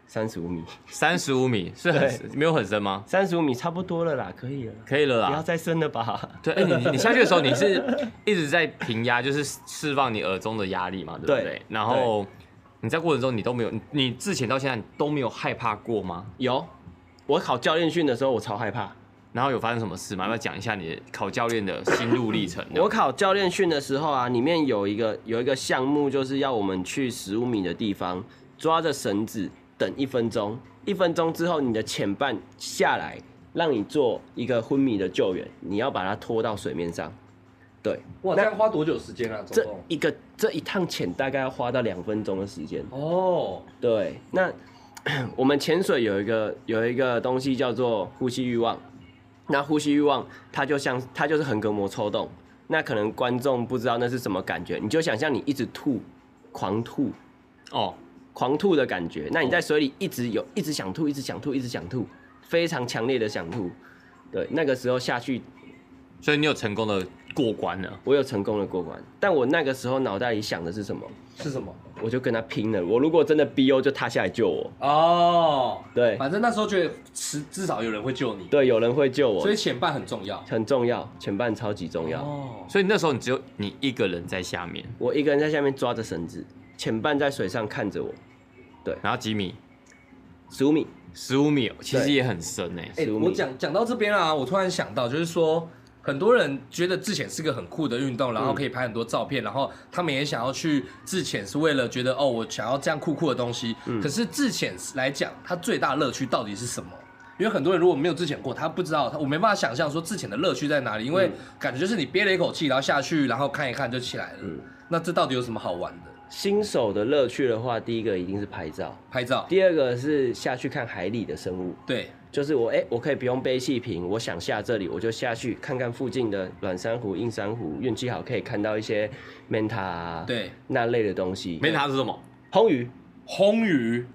Speaker 4: 三十五米，
Speaker 2: 三十五米是很没有很深吗？
Speaker 4: 三十五米差不多了啦，可以了啦，
Speaker 2: 可以了
Speaker 4: 不要
Speaker 2: 啦。
Speaker 4: 再深了吧？
Speaker 2: 对，哎、你你下去的时候，你是一直在平压，就是释放你耳中的压力嘛，对不对？
Speaker 4: 对
Speaker 2: 然后你在过程中你都没有，你你之前到现在你都没有害怕过吗？
Speaker 4: 有，我考教练训的时候我超害怕。
Speaker 2: 然后有发生什么事吗？要不要讲一下你的考教练的心路历程？
Speaker 4: 我考教练训的时候啊，里面有一个有一个项目，就是要我们去十五米的地方抓着绳子等一分钟，一分钟之后你的前半下来，让你做一个昏迷的救援，你要把它拖到水面上。对，
Speaker 3: 哇，这样花多久时间啊？总
Speaker 4: 这
Speaker 3: 共
Speaker 4: 一个这一趟潜大概要花到两分钟的时间。
Speaker 3: 哦，
Speaker 4: 对，那 *coughs* 我们潜水有一个有一个东西叫做呼吸欲望，那呼吸欲望它就像它就是横膈膜抽动，那可能观众不知道那是什么感觉，你就想象你一直吐，狂吐，
Speaker 2: 哦，
Speaker 4: 狂吐的感觉，那你在水里一直有一直想吐，一直想吐，一直想吐，非常强烈的想吐，对，那个时候下去
Speaker 2: 所以你有成功的过关了。
Speaker 4: 我有成功的过关，但我那个时候脑袋里想的是什么，
Speaker 3: 是什么？
Speaker 4: 我就跟他拼了，我如果真的 BO 就他下来救我，
Speaker 3: 哦，
Speaker 4: 对
Speaker 3: 反正那时候觉得至至少有人会救你，
Speaker 4: 对，有人会救我
Speaker 3: 所，以前半很重要。
Speaker 4: 很重要，前半超级重要。
Speaker 3: 哦，
Speaker 2: 所以那时候你只有你一个人在下面，
Speaker 4: 我一个人在下面抓着绳子，前半在水上看着我，
Speaker 2: 然后几米，
Speaker 4: 十五米，
Speaker 2: 十五米，哦其实
Speaker 4: 对
Speaker 2: 也很深哎、
Speaker 3: 哎、
Speaker 4: 15米
Speaker 3: 我讲讲到这边啊，我突然想到，就是说，很多人觉得自潜是个很酷的运动，然后可以拍很多照片，然后他们也想要去自潜，是为了觉得哦，我想要这样酷酷的东西。可是自潜来讲，它最大乐趣到底是什么？因为很多人如果没有自潜过，他不知道，他我没办法想象说自潜的乐趣在哪里，因为感觉就是你憋了一口气，然后下去，然后看一看就起来了。那这到底有什么好玩的？
Speaker 4: 新手的乐趣的话，第一个一定是拍照，
Speaker 3: 拍照，
Speaker 4: 第二个是下去看海里的生物，
Speaker 3: 对，
Speaker 4: 就是我哎、我可以不用背气瓶，我想下这里我就下去看看附近的软珊瑚、硬珊瑚，运气好可以看到一些 manta 啊
Speaker 3: 对
Speaker 4: 那类的东西，
Speaker 2: 没拿是什么？
Speaker 4: 红鱼，
Speaker 3: 烘鱼。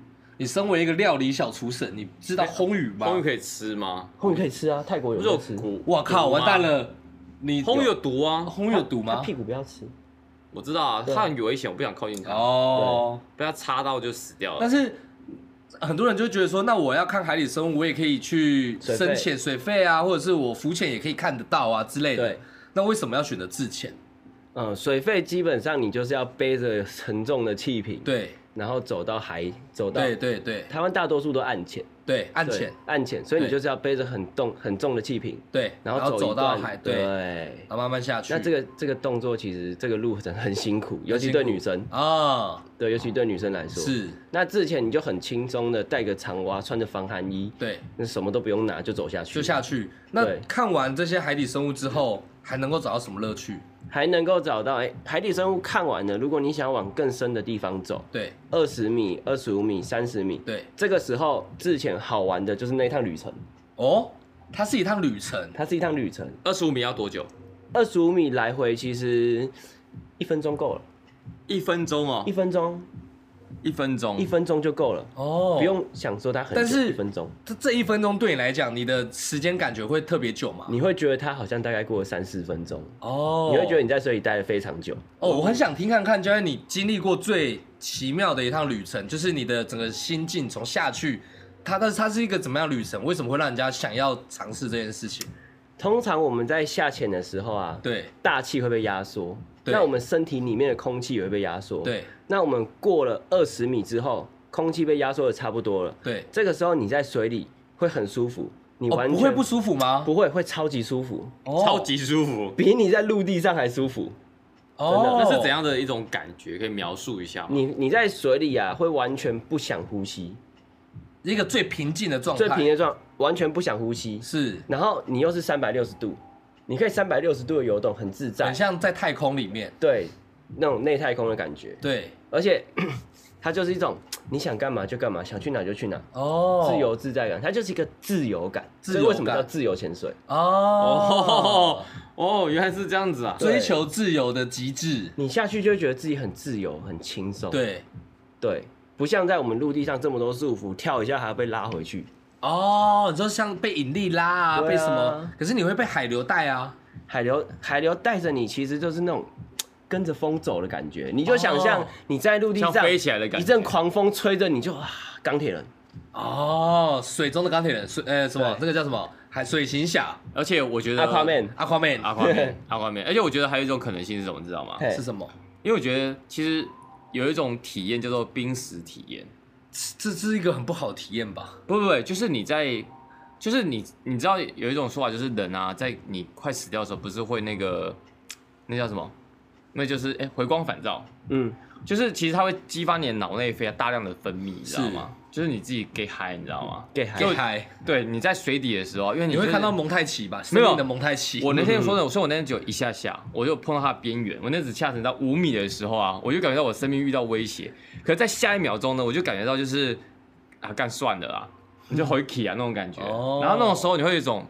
Speaker 3: 你身为一个料理小厨神，你知道烘鱼吗？
Speaker 5: 红鱼可以吃吗？
Speaker 4: 红鱼可以吃啊，泰国
Speaker 5: 不
Speaker 4: 有
Speaker 5: 是有
Speaker 4: 肉吃，
Speaker 5: 骨？
Speaker 3: 哎我靠，
Speaker 5: 骨吗
Speaker 3: 完蛋！了！你
Speaker 5: 红鱼有毒啊！
Speaker 3: 红有毒
Speaker 4: 它
Speaker 3: 吗？
Speaker 4: 屁股不要吃，
Speaker 5: 我知道啊，
Speaker 4: 对
Speaker 5: 它很危险，我不想靠近它，
Speaker 3: 哦，
Speaker 5: 被它插到就死掉
Speaker 3: 但
Speaker 5: 了。
Speaker 3: 是很多人就觉得说，那我要看海底生物，我也可以去
Speaker 4: 水费
Speaker 3: 深潜、水费啊，或者是我浮潜也可以看得到啊之类的
Speaker 4: 对。
Speaker 3: 那为什么要选择自潜？
Speaker 4: 嗯，水费基本上你就是要背着沉重的气瓶，
Speaker 3: 对
Speaker 4: 然后走到海，走到
Speaker 3: 对对对
Speaker 4: 台湾大多数都暗潜，
Speaker 3: 对，暗
Speaker 4: 对
Speaker 3: 潜，
Speaker 4: 暗潜，所以你
Speaker 3: 对
Speaker 4: 就是要背着很重很重的气瓶，
Speaker 3: 对，
Speaker 4: 然
Speaker 3: 后
Speaker 4: 后
Speaker 3: 走到
Speaker 4: 一段
Speaker 3: 海，对，然
Speaker 4: 对。
Speaker 3: 后慢慢下去。
Speaker 4: 那这个这个动作其实这个路程很辛苦，尤其对女生，
Speaker 3: 啊，
Speaker 4: 对，尤其对女生来说。。
Speaker 3: 是，
Speaker 4: 那之前你就很轻松的带个长蛙，穿着防寒衣，
Speaker 3: 对，
Speaker 4: 那什么都不用拿就走下去，
Speaker 3: 就下去。那
Speaker 4: 对
Speaker 3: 看完这些海底生物之后，还能够找到什么乐趣？
Speaker 4: 还能够找到哎、海底生物看完了，如果你想要往更深的地方走，
Speaker 3: 对
Speaker 4: 二十米、二十五米、三十米，
Speaker 3: 对，
Speaker 4: 这个时候之前好玩的就是那一趟旅程，
Speaker 3: 哦，它是一趟旅程。
Speaker 4: 它是一趟旅程，
Speaker 2: 二十五米要多久？
Speaker 4: 二十五米来回其实一分钟够了，
Speaker 2: 一分钟哦
Speaker 4: 一，分钟
Speaker 2: 一分钟
Speaker 4: 一。分钟就够了，
Speaker 3: 哦，
Speaker 4: 不用想说它很久，
Speaker 3: 但是
Speaker 4: 一分钟
Speaker 3: 这这一分钟对你来讲，你的时间感觉会特别久吗？
Speaker 4: 你会觉得它好像大概过了三四分钟，
Speaker 3: 哦
Speaker 4: 你会觉得你在水里待了非常久。
Speaker 3: 哦，我很想听看看，就是你经历过最奇妙的一趟旅程，就是你的整个心境从下去，它但是它是一个怎么样的旅程？为什么会让人家想要尝试这件事情？
Speaker 4: 通常我们在下潜的时候啊，
Speaker 3: 对
Speaker 4: 大气会被压缩，
Speaker 3: 对
Speaker 4: 那我们身体里面的空气也会被压缩。，
Speaker 3: 对
Speaker 4: 那我们过了二十米之后，空气被压缩的差不多了，
Speaker 3: 对，
Speaker 4: 这个时候你在水里会很舒服，你
Speaker 3: 哦，
Speaker 4: 完全、
Speaker 3: 不会不舒服吗？
Speaker 4: 不会会超级舒服，
Speaker 3: 哦
Speaker 2: 超级舒服，
Speaker 4: 比你在陆地上还舒服。
Speaker 3: 哦，
Speaker 2: 那是怎？样的一种感觉？可以描述一下吗？
Speaker 4: 你你在水里啊，会完全不想呼吸，
Speaker 3: 一个最平静的状态，
Speaker 4: 最平的状，完全不想呼吸。
Speaker 3: 是
Speaker 4: 然后你又是三百六十度，你可以三百六十度的游动，很自在
Speaker 3: 很，像在太空里面。
Speaker 4: 对，那种内太空的感觉。
Speaker 3: 对
Speaker 4: 而且 *clears throat* 它就是一种你想干嘛就干嘛，想去哪就去哪，
Speaker 3: 哦，
Speaker 4: 自由自在感，它就是一个自由感。
Speaker 3: 自
Speaker 4: 所以
Speaker 3: 由
Speaker 4: 为什么
Speaker 3: 感
Speaker 4: 叫自由潜水？
Speaker 2: 哦，
Speaker 3: 哦
Speaker 2: *laughs* 哦，原来是这样子啊！
Speaker 4: 对
Speaker 3: 追求自由的极致。
Speaker 4: 你下去就会觉得自己很自由，很轻松。
Speaker 3: 对
Speaker 4: 对，不像在我们陆地上这么多束缚，跳一下还要被拉回去。
Speaker 3: 哦，你说像被引力拉啊，
Speaker 4: 对啊
Speaker 3: 被什么？可是你会被海流带啊。
Speaker 4: 海流海流带着你，其实就是那种跟着风走的感觉。你就想象
Speaker 3: 哦
Speaker 4: 你在陆地上
Speaker 2: 像飞起来的感觉
Speaker 4: 一阵狂风吹着你就啊，钢铁人。
Speaker 3: 哦，水中的钢铁人，水呃什么？
Speaker 4: 对
Speaker 3: 这个叫什么？海水行侠
Speaker 2: 而且我觉得
Speaker 4: Aquaman，
Speaker 2: 啊阿
Speaker 3: Aquaman
Speaker 2: 花面，阿花面，而且我觉得还有一种可能性是什么，你知道吗？
Speaker 4: 嘿
Speaker 3: 是什么？
Speaker 2: 因为我觉得其实有一种体验叫做濒死体验。
Speaker 3: 这是一个很不好的体验吧？
Speaker 2: 不不不，就是你在，就是你你知道有一种说法，就是人啊，在你快死掉的时候，不是会那个那叫什么？那就是哎、回光返照，
Speaker 4: 嗯，
Speaker 2: 就是其实它会激发你的脑内啡啊大量的分泌，你知道
Speaker 3: 是
Speaker 2: 吗？就是你自己给嗨，你知道吗？
Speaker 4: 给还
Speaker 3: 给嗨，
Speaker 2: 对，你在水底的时候，因为你、
Speaker 3: 你
Speaker 2: 就是、
Speaker 3: 会看到蒙太奇吧？
Speaker 2: 没有
Speaker 3: 生命的蒙太奇。
Speaker 2: 我那天说的，我说我那天只有一下下，我就碰到它的边缘，我那只下沉到五米的时候啊，我就感觉到我生命遇到威胁。可是在下一秒钟呢，我就感觉到就是啊，干算了啦，你就回去啊那种感觉。
Speaker 3: 哦
Speaker 2: 然后那种时候你会有一种，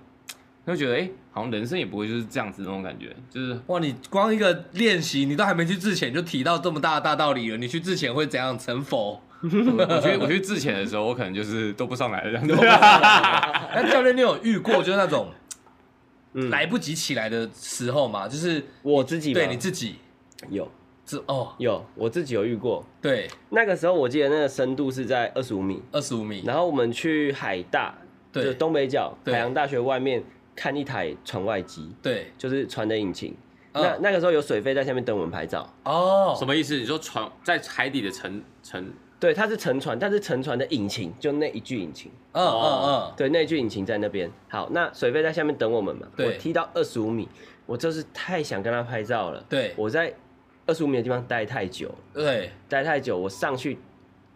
Speaker 2: 你会觉得哎、诶好像人生也不会就是这样子那种感觉，就是
Speaker 3: 哇，你光一个练习，你都还没去之前就提到这么大的大道理了，你去之前会怎样成佛？
Speaker 2: 我我去我去致前的时候，我可能就是都不上来了这样子。 *laughs*
Speaker 3: 那教练，你有遇过就是那种
Speaker 4: 嗯
Speaker 3: 来不及起来的时候吗？就是
Speaker 4: 我自己吧
Speaker 3: 对你自己，
Speaker 4: 有
Speaker 3: 这哦，
Speaker 4: 有，我自己有遇过。
Speaker 3: 对，
Speaker 4: 那个时候我记得那个深度是在二十五米，
Speaker 3: 二十五米，
Speaker 4: 然后我们去海大，
Speaker 3: 嗯对
Speaker 4: 就东北角
Speaker 3: 对
Speaker 4: 海洋大学外面看一台船外机，
Speaker 3: 对，
Speaker 4: 就是船的引擎。
Speaker 3: 嗯
Speaker 4: 那那个时候有水费在下面等我们拍照，
Speaker 3: 哦，
Speaker 2: 什么意思？你说船在海底的沉沉
Speaker 4: 对，它是沉船，但是沉船的引擎就那一具引擎，
Speaker 3: 嗯嗯
Speaker 4: 对，那一具引擎在那边。好，那水费在下面等我们嘛，
Speaker 3: 对
Speaker 4: 我踢到二十五米，我就是太想跟他拍照了，
Speaker 3: 对
Speaker 4: 我在二十五米的地方待太久了，
Speaker 3: 嗯，对，
Speaker 4: 待太久，我上去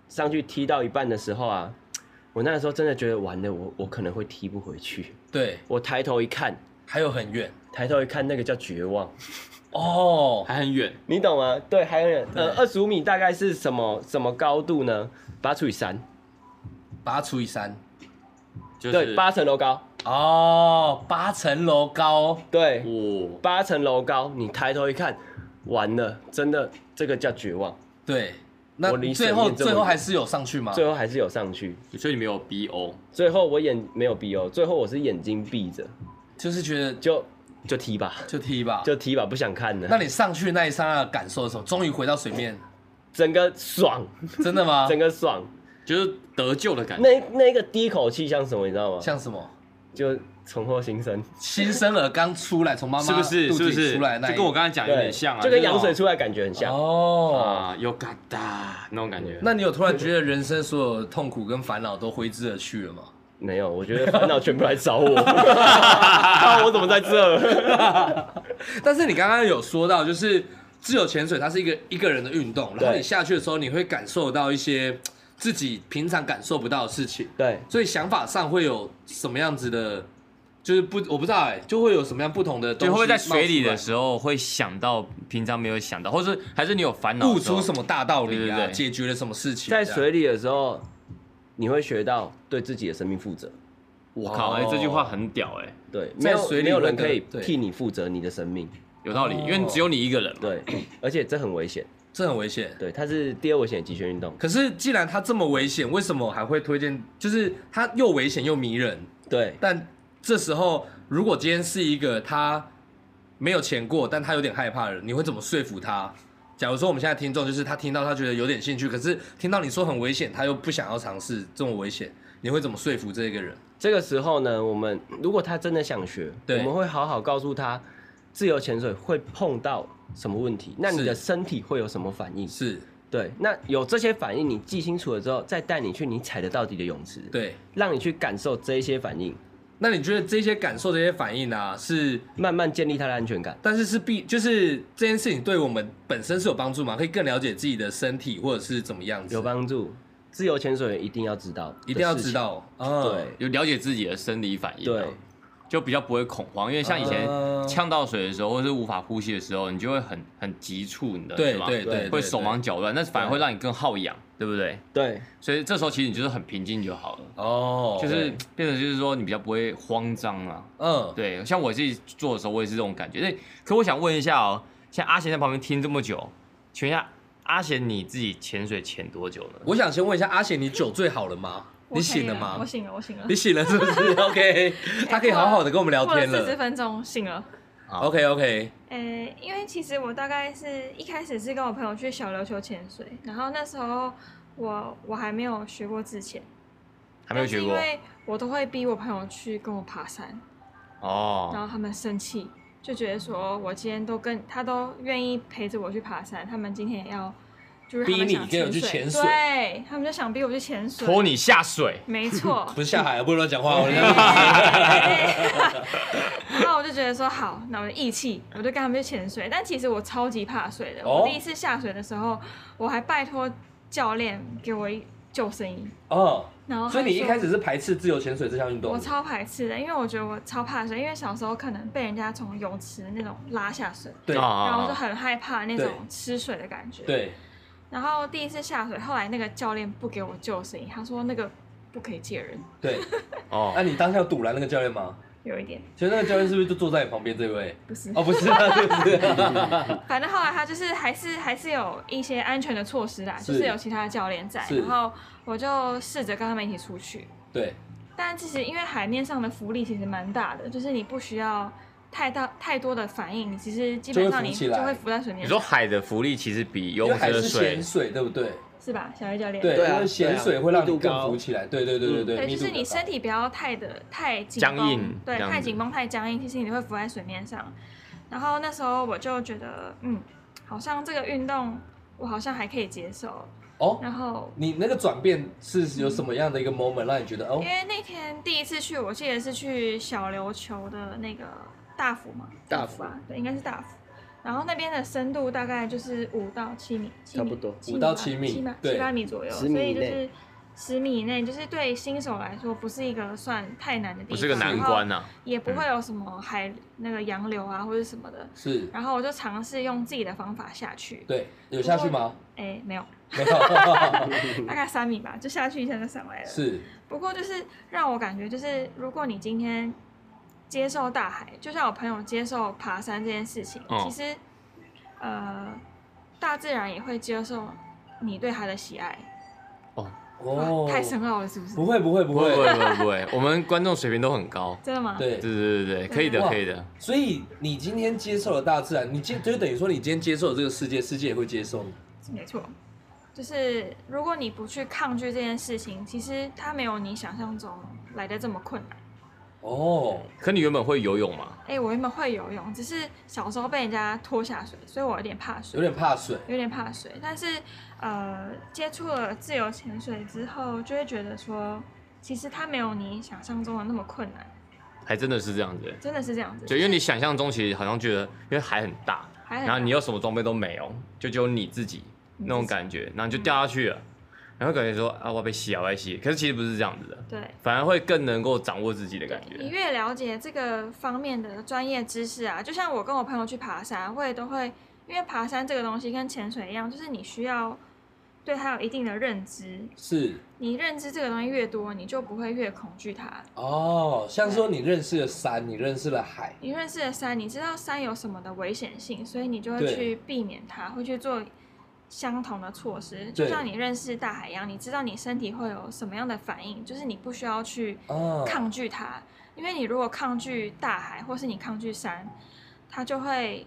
Speaker 4: 上去踢到一半的时候啊，我那个时候真的觉得完了，我我可能会踢不回去，
Speaker 3: 对，
Speaker 4: 我抬头一看。
Speaker 3: 还有很远
Speaker 4: 抬头一看，那个叫绝望，
Speaker 3: 哦，
Speaker 2: 还很远，
Speaker 4: 你懂吗？对，还有人，呃，二十五米大概是什么什么高度呢？把它除以三，
Speaker 3: 把它除以三，
Speaker 2: 就是
Speaker 4: 对，八层楼高，
Speaker 3: 哦，八层楼高，
Speaker 4: 对，
Speaker 2: 哦，
Speaker 4: 八层楼高。你抬头一看，完了，真的，这个叫绝望。
Speaker 3: 对，那
Speaker 4: 我离水
Speaker 3: 最
Speaker 4: 面
Speaker 3: 后
Speaker 4: 这么
Speaker 3: 最后
Speaker 4: 远
Speaker 3: 还是有上去吗？
Speaker 4: 最后还是有上去，
Speaker 2: 所以你没有 B O，
Speaker 4: 最后我眼没有闭哦，最后我是眼睛闭着，
Speaker 3: 就是觉得
Speaker 4: 就就踢吧，
Speaker 3: 就踢吧，
Speaker 4: 就踢吧，不想看
Speaker 3: 那
Speaker 4: 了。
Speaker 3: 你上去那一刹那的感受的时候，终于回到水面，
Speaker 4: 整个爽，
Speaker 3: 真的吗？
Speaker 4: 整个爽。
Speaker 2: 就是得救的感觉。
Speaker 4: 那那个第一口气像什么，你知道吗？
Speaker 3: 像什么？
Speaker 4: 就重获新生，
Speaker 3: 新生儿刚出来，从妈妈
Speaker 2: 是不是？
Speaker 3: 肚
Speaker 2: 是
Speaker 3: 子
Speaker 2: 不
Speaker 3: 里
Speaker 2: 是？
Speaker 3: 出来的那一
Speaker 2: 就跟我刚才讲有点像啊，
Speaker 4: 就跟
Speaker 2: 是那
Speaker 4: 羊
Speaker 2: 种
Speaker 4: 水出来感觉很像。
Speaker 3: 哦。
Speaker 2: 啊，有嘎哒那种感觉。
Speaker 3: 那你有突然觉得人生所有的痛苦跟烦恼都挥之而去了吗？
Speaker 4: 没有，我觉得烦恼全部来找我， *laughs* 啊，我怎么在这？
Speaker 3: 但是你刚刚有说到，就是自由潜水，它是一个一个人的运动，然后
Speaker 4: 对
Speaker 3: 你下去的时候，你会感受到一些自己平常感受不到的事情，
Speaker 4: 对，
Speaker 3: 所以想法上会有什么样子的，就是不我不知道哎、就会有什么样不同的东
Speaker 2: 就
Speaker 3: 西
Speaker 2: 会
Speaker 3: 冒
Speaker 2: 不
Speaker 3: 出
Speaker 2: 会
Speaker 3: 来，
Speaker 2: 在水里的时候会想到平常没有想到，或是还是你有烦恼的
Speaker 3: 悟
Speaker 2: 时候，
Speaker 3: 出什么大道理啊，
Speaker 2: 对对对
Speaker 3: 解决了什么事情，啊
Speaker 4: 在
Speaker 3: 这样
Speaker 4: 水里的时候，你会学到对自己的生命负责。
Speaker 2: 我靠，哎、这句话很屌哎、
Speaker 4: 对，没
Speaker 3: 在
Speaker 4: 有
Speaker 3: 水里
Speaker 4: 没有
Speaker 3: 会
Speaker 4: 人
Speaker 3: 得
Speaker 4: 可以
Speaker 3: 对
Speaker 4: 替你负责你的生命。
Speaker 2: 有道理，
Speaker 3: 哦
Speaker 2: 因为只有你一个人嘛。
Speaker 3: *clears throat*
Speaker 4: 对，而且这很危险。
Speaker 3: 这很危险。
Speaker 4: 对，它是第二危险的极限运动。
Speaker 3: 可是既然它这么危险，为什么还会推荐？就是它又危险又迷人。
Speaker 4: 对，
Speaker 3: 但这时候，如果今天是一个他没有潜过，但他有点害怕的人，你会怎么说服他？假如说我们现在听众就是他听到他觉得有点兴趣，可是听到你说很危险，他又不想要尝试这么危险，你会怎么说服这个人？
Speaker 4: 这个时候呢，我们如果他真的想学，我
Speaker 3: 对
Speaker 4: 们会好好告诉他，自由潜水会碰到什么问题，那你
Speaker 3: 是
Speaker 4: 的身体会有什么反应？
Speaker 3: 是
Speaker 4: 对，那有这些反应，你记清楚了之后，再带你去你踩得到底的泳池。
Speaker 3: 对。
Speaker 4: 让你去感受这一些反应，
Speaker 3: 那你觉得这些感受、这些反应啊，是
Speaker 4: 慢慢建立他的安全感。
Speaker 3: 但是是必就是这件事情对我们本身是有帮助吗？可以更了解自己的身体或者是怎么样子？
Speaker 4: 有帮助。自由潜水员一定要知道，
Speaker 3: 一定要知。道。嗯，
Speaker 4: 对
Speaker 2: 有了解自己的生理反应、啊，
Speaker 4: 对，
Speaker 2: 就比较不会恐慌，因为像以前
Speaker 3: 嗯
Speaker 2: 呛到水的时候，或是无法呼吸的时候，你就会很很急促，你的
Speaker 3: 对
Speaker 2: 是吗？
Speaker 3: 对对对
Speaker 2: 会手忙脚乱，那反而会让你更耗氧，对不对？
Speaker 4: 对
Speaker 2: 所以这时候其实你就是很平静就好了，
Speaker 3: 哦，
Speaker 2: 就是变成就是说你比较不会慌张啊。
Speaker 3: 嗯，
Speaker 2: 对，像我自己做的时候，我也是这种感觉。那可我想问一下哦，像阿贤在旁边听这么久，请问一下阿贤你自己潜水潜多久呢？
Speaker 3: 我想先问一下阿贤，你酒醉好了吗？
Speaker 1: *laughs* 我
Speaker 3: 你
Speaker 1: 可以
Speaker 3: 醒了
Speaker 1: 了
Speaker 3: 吗
Speaker 1: 我？醒了，我醒了
Speaker 3: 你。醒了是
Speaker 1: *laughs*
Speaker 3: 不是？OK，他可以好好的跟我们聊
Speaker 1: 过
Speaker 3: 天
Speaker 1: 四十
Speaker 3: 了。
Speaker 1: 分钟醒了。
Speaker 2: 好
Speaker 3: OK OK，
Speaker 1: 呃，因为其实我大概是一开始是跟我朋友去小琉球潜水，然后那时候我我还没有学过自潜，
Speaker 2: 还没有学过
Speaker 1: 但是因为我都会逼我朋友去跟我爬山，然
Speaker 2: 哦，
Speaker 1: 后他们生气，就觉得说我今天都跟他都愿意陪着我去爬山，他们今天也要就是他们
Speaker 3: 逼你
Speaker 1: 想
Speaker 3: 跟我去
Speaker 1: 水
Speaker 3: 潜水
Speaker 1: 对他们就想逼我去潜水，
Speaker 2: 拖你下水，
Speaker 1: 没错，
Speaker 3: 不是下海，不能乱讲 *laughs* 话。我
Speaker 1: 对然后我就觉得说好，那我就义气，我就跟他们去潜水。但其实我超级怕水的，
Speaker 3: 哦
Speaker 1: 我第一次下水的时候，我还拜托教练给我一救生衣。
Speaker 3: 哦，
Speaker 1: 然后他
Speaker 3: 所以你一
Speaker 1: 说
Speaker 3: 开始是排斥自由潜水这项运动
Speaker 1: 我
Speaker 3: 的？
Speaker 1: 超排斥的，因为我觉得我超怕水，因为小时候可能被人家从泳池那种拉下水，
Speaker 3: 对
Speaker 2: 啊
Speaker 1: 然后我就很害怕那
Speaker 3: 对
Speaker 1: 种吃水的感觉。。
Speaker 3: 对，
Speaker 1: 然后第一次下水，后来那个教练不给我救生衣，他说那个不可以借人，
Speaker 3: *laughs* 对，
Speaker 2: 哦
Speaker 3: 那、，啊你当下有堵拦那个教练吗？
Speaker 1: 有一点
Speaker 3: 其实那个教练是不是就坐在你旁边这位？
Speaker 1: 不是。
Speaker 3: *laughs* 哦，不是啊，对不是啊，
Speaker 1: 反正后来他就是还是还是有一些安全的措施啦，
Speaker 3: 是
Speaker 1: 就是有其他的教练在，
Speaker 3: 是
Speaker 1: 然后我就试着跟他们一起出去。
Speaker 3: 对，
Speaker 1: 但其实因为海面上的浮力其实蛮大的，就是你不需要太大太多的反应，你其实基本上你
Speaker 3: 就会浮起
Speaker 1: 就
Speaker 3: 来
Speaker 1: 会浮在水面
Speaker 2: 你说
Speaker 1: 上，
Speaker 2: 海的浮力其实比游
Speaker 3: 因
Speaker 2: 泳
Speaker 3: 为还
Speaker 2: 池的
Speaker 3: 是
Speaker 2: 水
Speaker 3: 咸水，对不对？
Speaker 1: 是吧，小叶教练？
Speaker 3: 对，
Speaker 4: 对啊
Speaker 3: 因为咸水会让你
Speaker 4: 对啊密
Speaker 3: 更
Speaker 4: 度高
Speaker 3: 浮起来。对对对对对，
Speaker 1: 对，
Speaker 3: 密
Speaker 1: 就
Speaker 3: 度
Speaker 1: 嗯是你
Speaker 3: 更高
Speaker 1: 身体不要太的太紧绷
Speaker 2: 僵硬
Speaker 1: 对，
Speaker 2: 这样
Speaker 1: 太
Speaker 2: 子
Speaker 1: 紧绷太僵硬，其实你会浮在水面上。然后那时候我就觉得，嗯，好像这个运动我好像还可以接受。
Speaker 3: 哦。
Speaker 1: 然后
Speaker 3: 你那个转变是有什么样的一个 moment 让你觉得哦
Speaker 1: 因？为那天第一次去，我记得是去小琉球的那个大福嘛，
Speaker 4: 大
Speaker 1: 福吧，对，应该是大福。然后那边的深度大概就是五到七米，七米
Speaker 4: 差不多
Speaker 1: 七
Speaker 3: 5
Speaker 1: 米
Speaker 3: 到
Speaker 1: 吧
Speaker 3: 7米
Speaker 1: 七吧
Speaker 3: 对
Speaker 1: 七八米左右，
Speaker 4: 10
Speaker 1: 所
Speaker 4: 米
Speaker 1: 以就
Speaker 4: 以内
Speaker 1: 是十米以内，就是对新手来说不是一个算太难的地方，
Speaker 2: 不是个难关
Speaker 1: 啊，
Speaker 2: 呐、啊。
Speaker 1: 也不
Speaker 3: 嗯
Speaker 1: 会有什么海那个洋流啊或者什么的。
Speaker 3: 是，
Speaker 1: 然后我就尝试用自己的方法下去，
Speaker 3: 对，有下去吗？
Speaker 1: 哎，没有，
Speaker 3: 没有，
Speaker 1: *laughs* 大概三米吧，就下去一下就上来了。
Speaker 3: 是
Speaker 1: 不过就是让我感觉，就是如果你今天接受大海，就像我朋友接受爬山这件事情，
Speaker 2: 嗯
Speaker 1: 其实呃，大自然也会接受你对它的喜爱。
Speaker 3: 哦，
Speaker 1: 太深奥了，是不是？
Speaker 3: 不会不会不
Speaker 2: 不会不
Speaker 3: 会，
Speaker 2: 会不会不会， *laughs* 我们观众水平都很高。
Speaker 1: 真的吗？，
Speaker 3: 对
Speaker 2: 对，对对对，可以的
Speaker 3: 哇
Speaker 2: 可以的。
Speaker 3: 所以你今天接受了大自然，你今就等于说你今天接受了这个世界，世界也会接受你。
Speaker 1: 没错。就是如果你不去抗拒这件事情，其实它没有你想象中来的这么困难。
Speaker 3: 哦，
Speaker 2: 可你原本会游泳吗？
Speaker 1: 哎、我原本会游泳，只是小时候被人家拖下水，所以我有点怕水
Speaker 3: 有。点怕水，
Speaker 1: 有点怕水，但是呃，接触了自由潜水之后，就会觉得说，其实它没有你想象中的那么困难，
Speaker 2: 还真的是这样子、
Speaker 1: 真的是这样子。
Speaker 2: 就因为你想象中其实好像觉得，因为海很大，
Speaker 1: 还很
Speaker 2: 然后你又什么装备都没有，就只有你自己那种感觉，然后你就掉下去了，然后感觉说啊我要被吸啊我要被吸，可是其实不是这样子的，
Speaker 1: 对
Speaker 2: 反而会更能够掌握自己的
Speaker 1: 对
Speaker 2: 感，
Speaker 1: 你
Speaker 2: 觉。
Speaker 1: 越了解这个方面的专业知识啊，就像我跟我朋友去爬山，我也都会，因为爬山这个东西跟潜水一样，就是你需要对它有一定的认知，
Speaker 3: 是
Speaker 1: 你认知这个东西越多，你就不会越恐惧它。
Speaker 3: 哦，像说你认识了山，你认识了海，
Speaker 1: 你认识的山，你知道山有什么的危险性，所以你就
Speaker 3: 对
Speaker 1: 会去避免它，会去做相同的措施。就
Speaker 3: 对
Speaker 1: 像你认识大海一样，你知道你身体会有什么样的反应，就是你不需要去
Speaker 2: 嗯
Speaker 3: 啊，
Speaker 1: 抗拒它，因为你如果抗拒大海，或是你抗拒山，它就会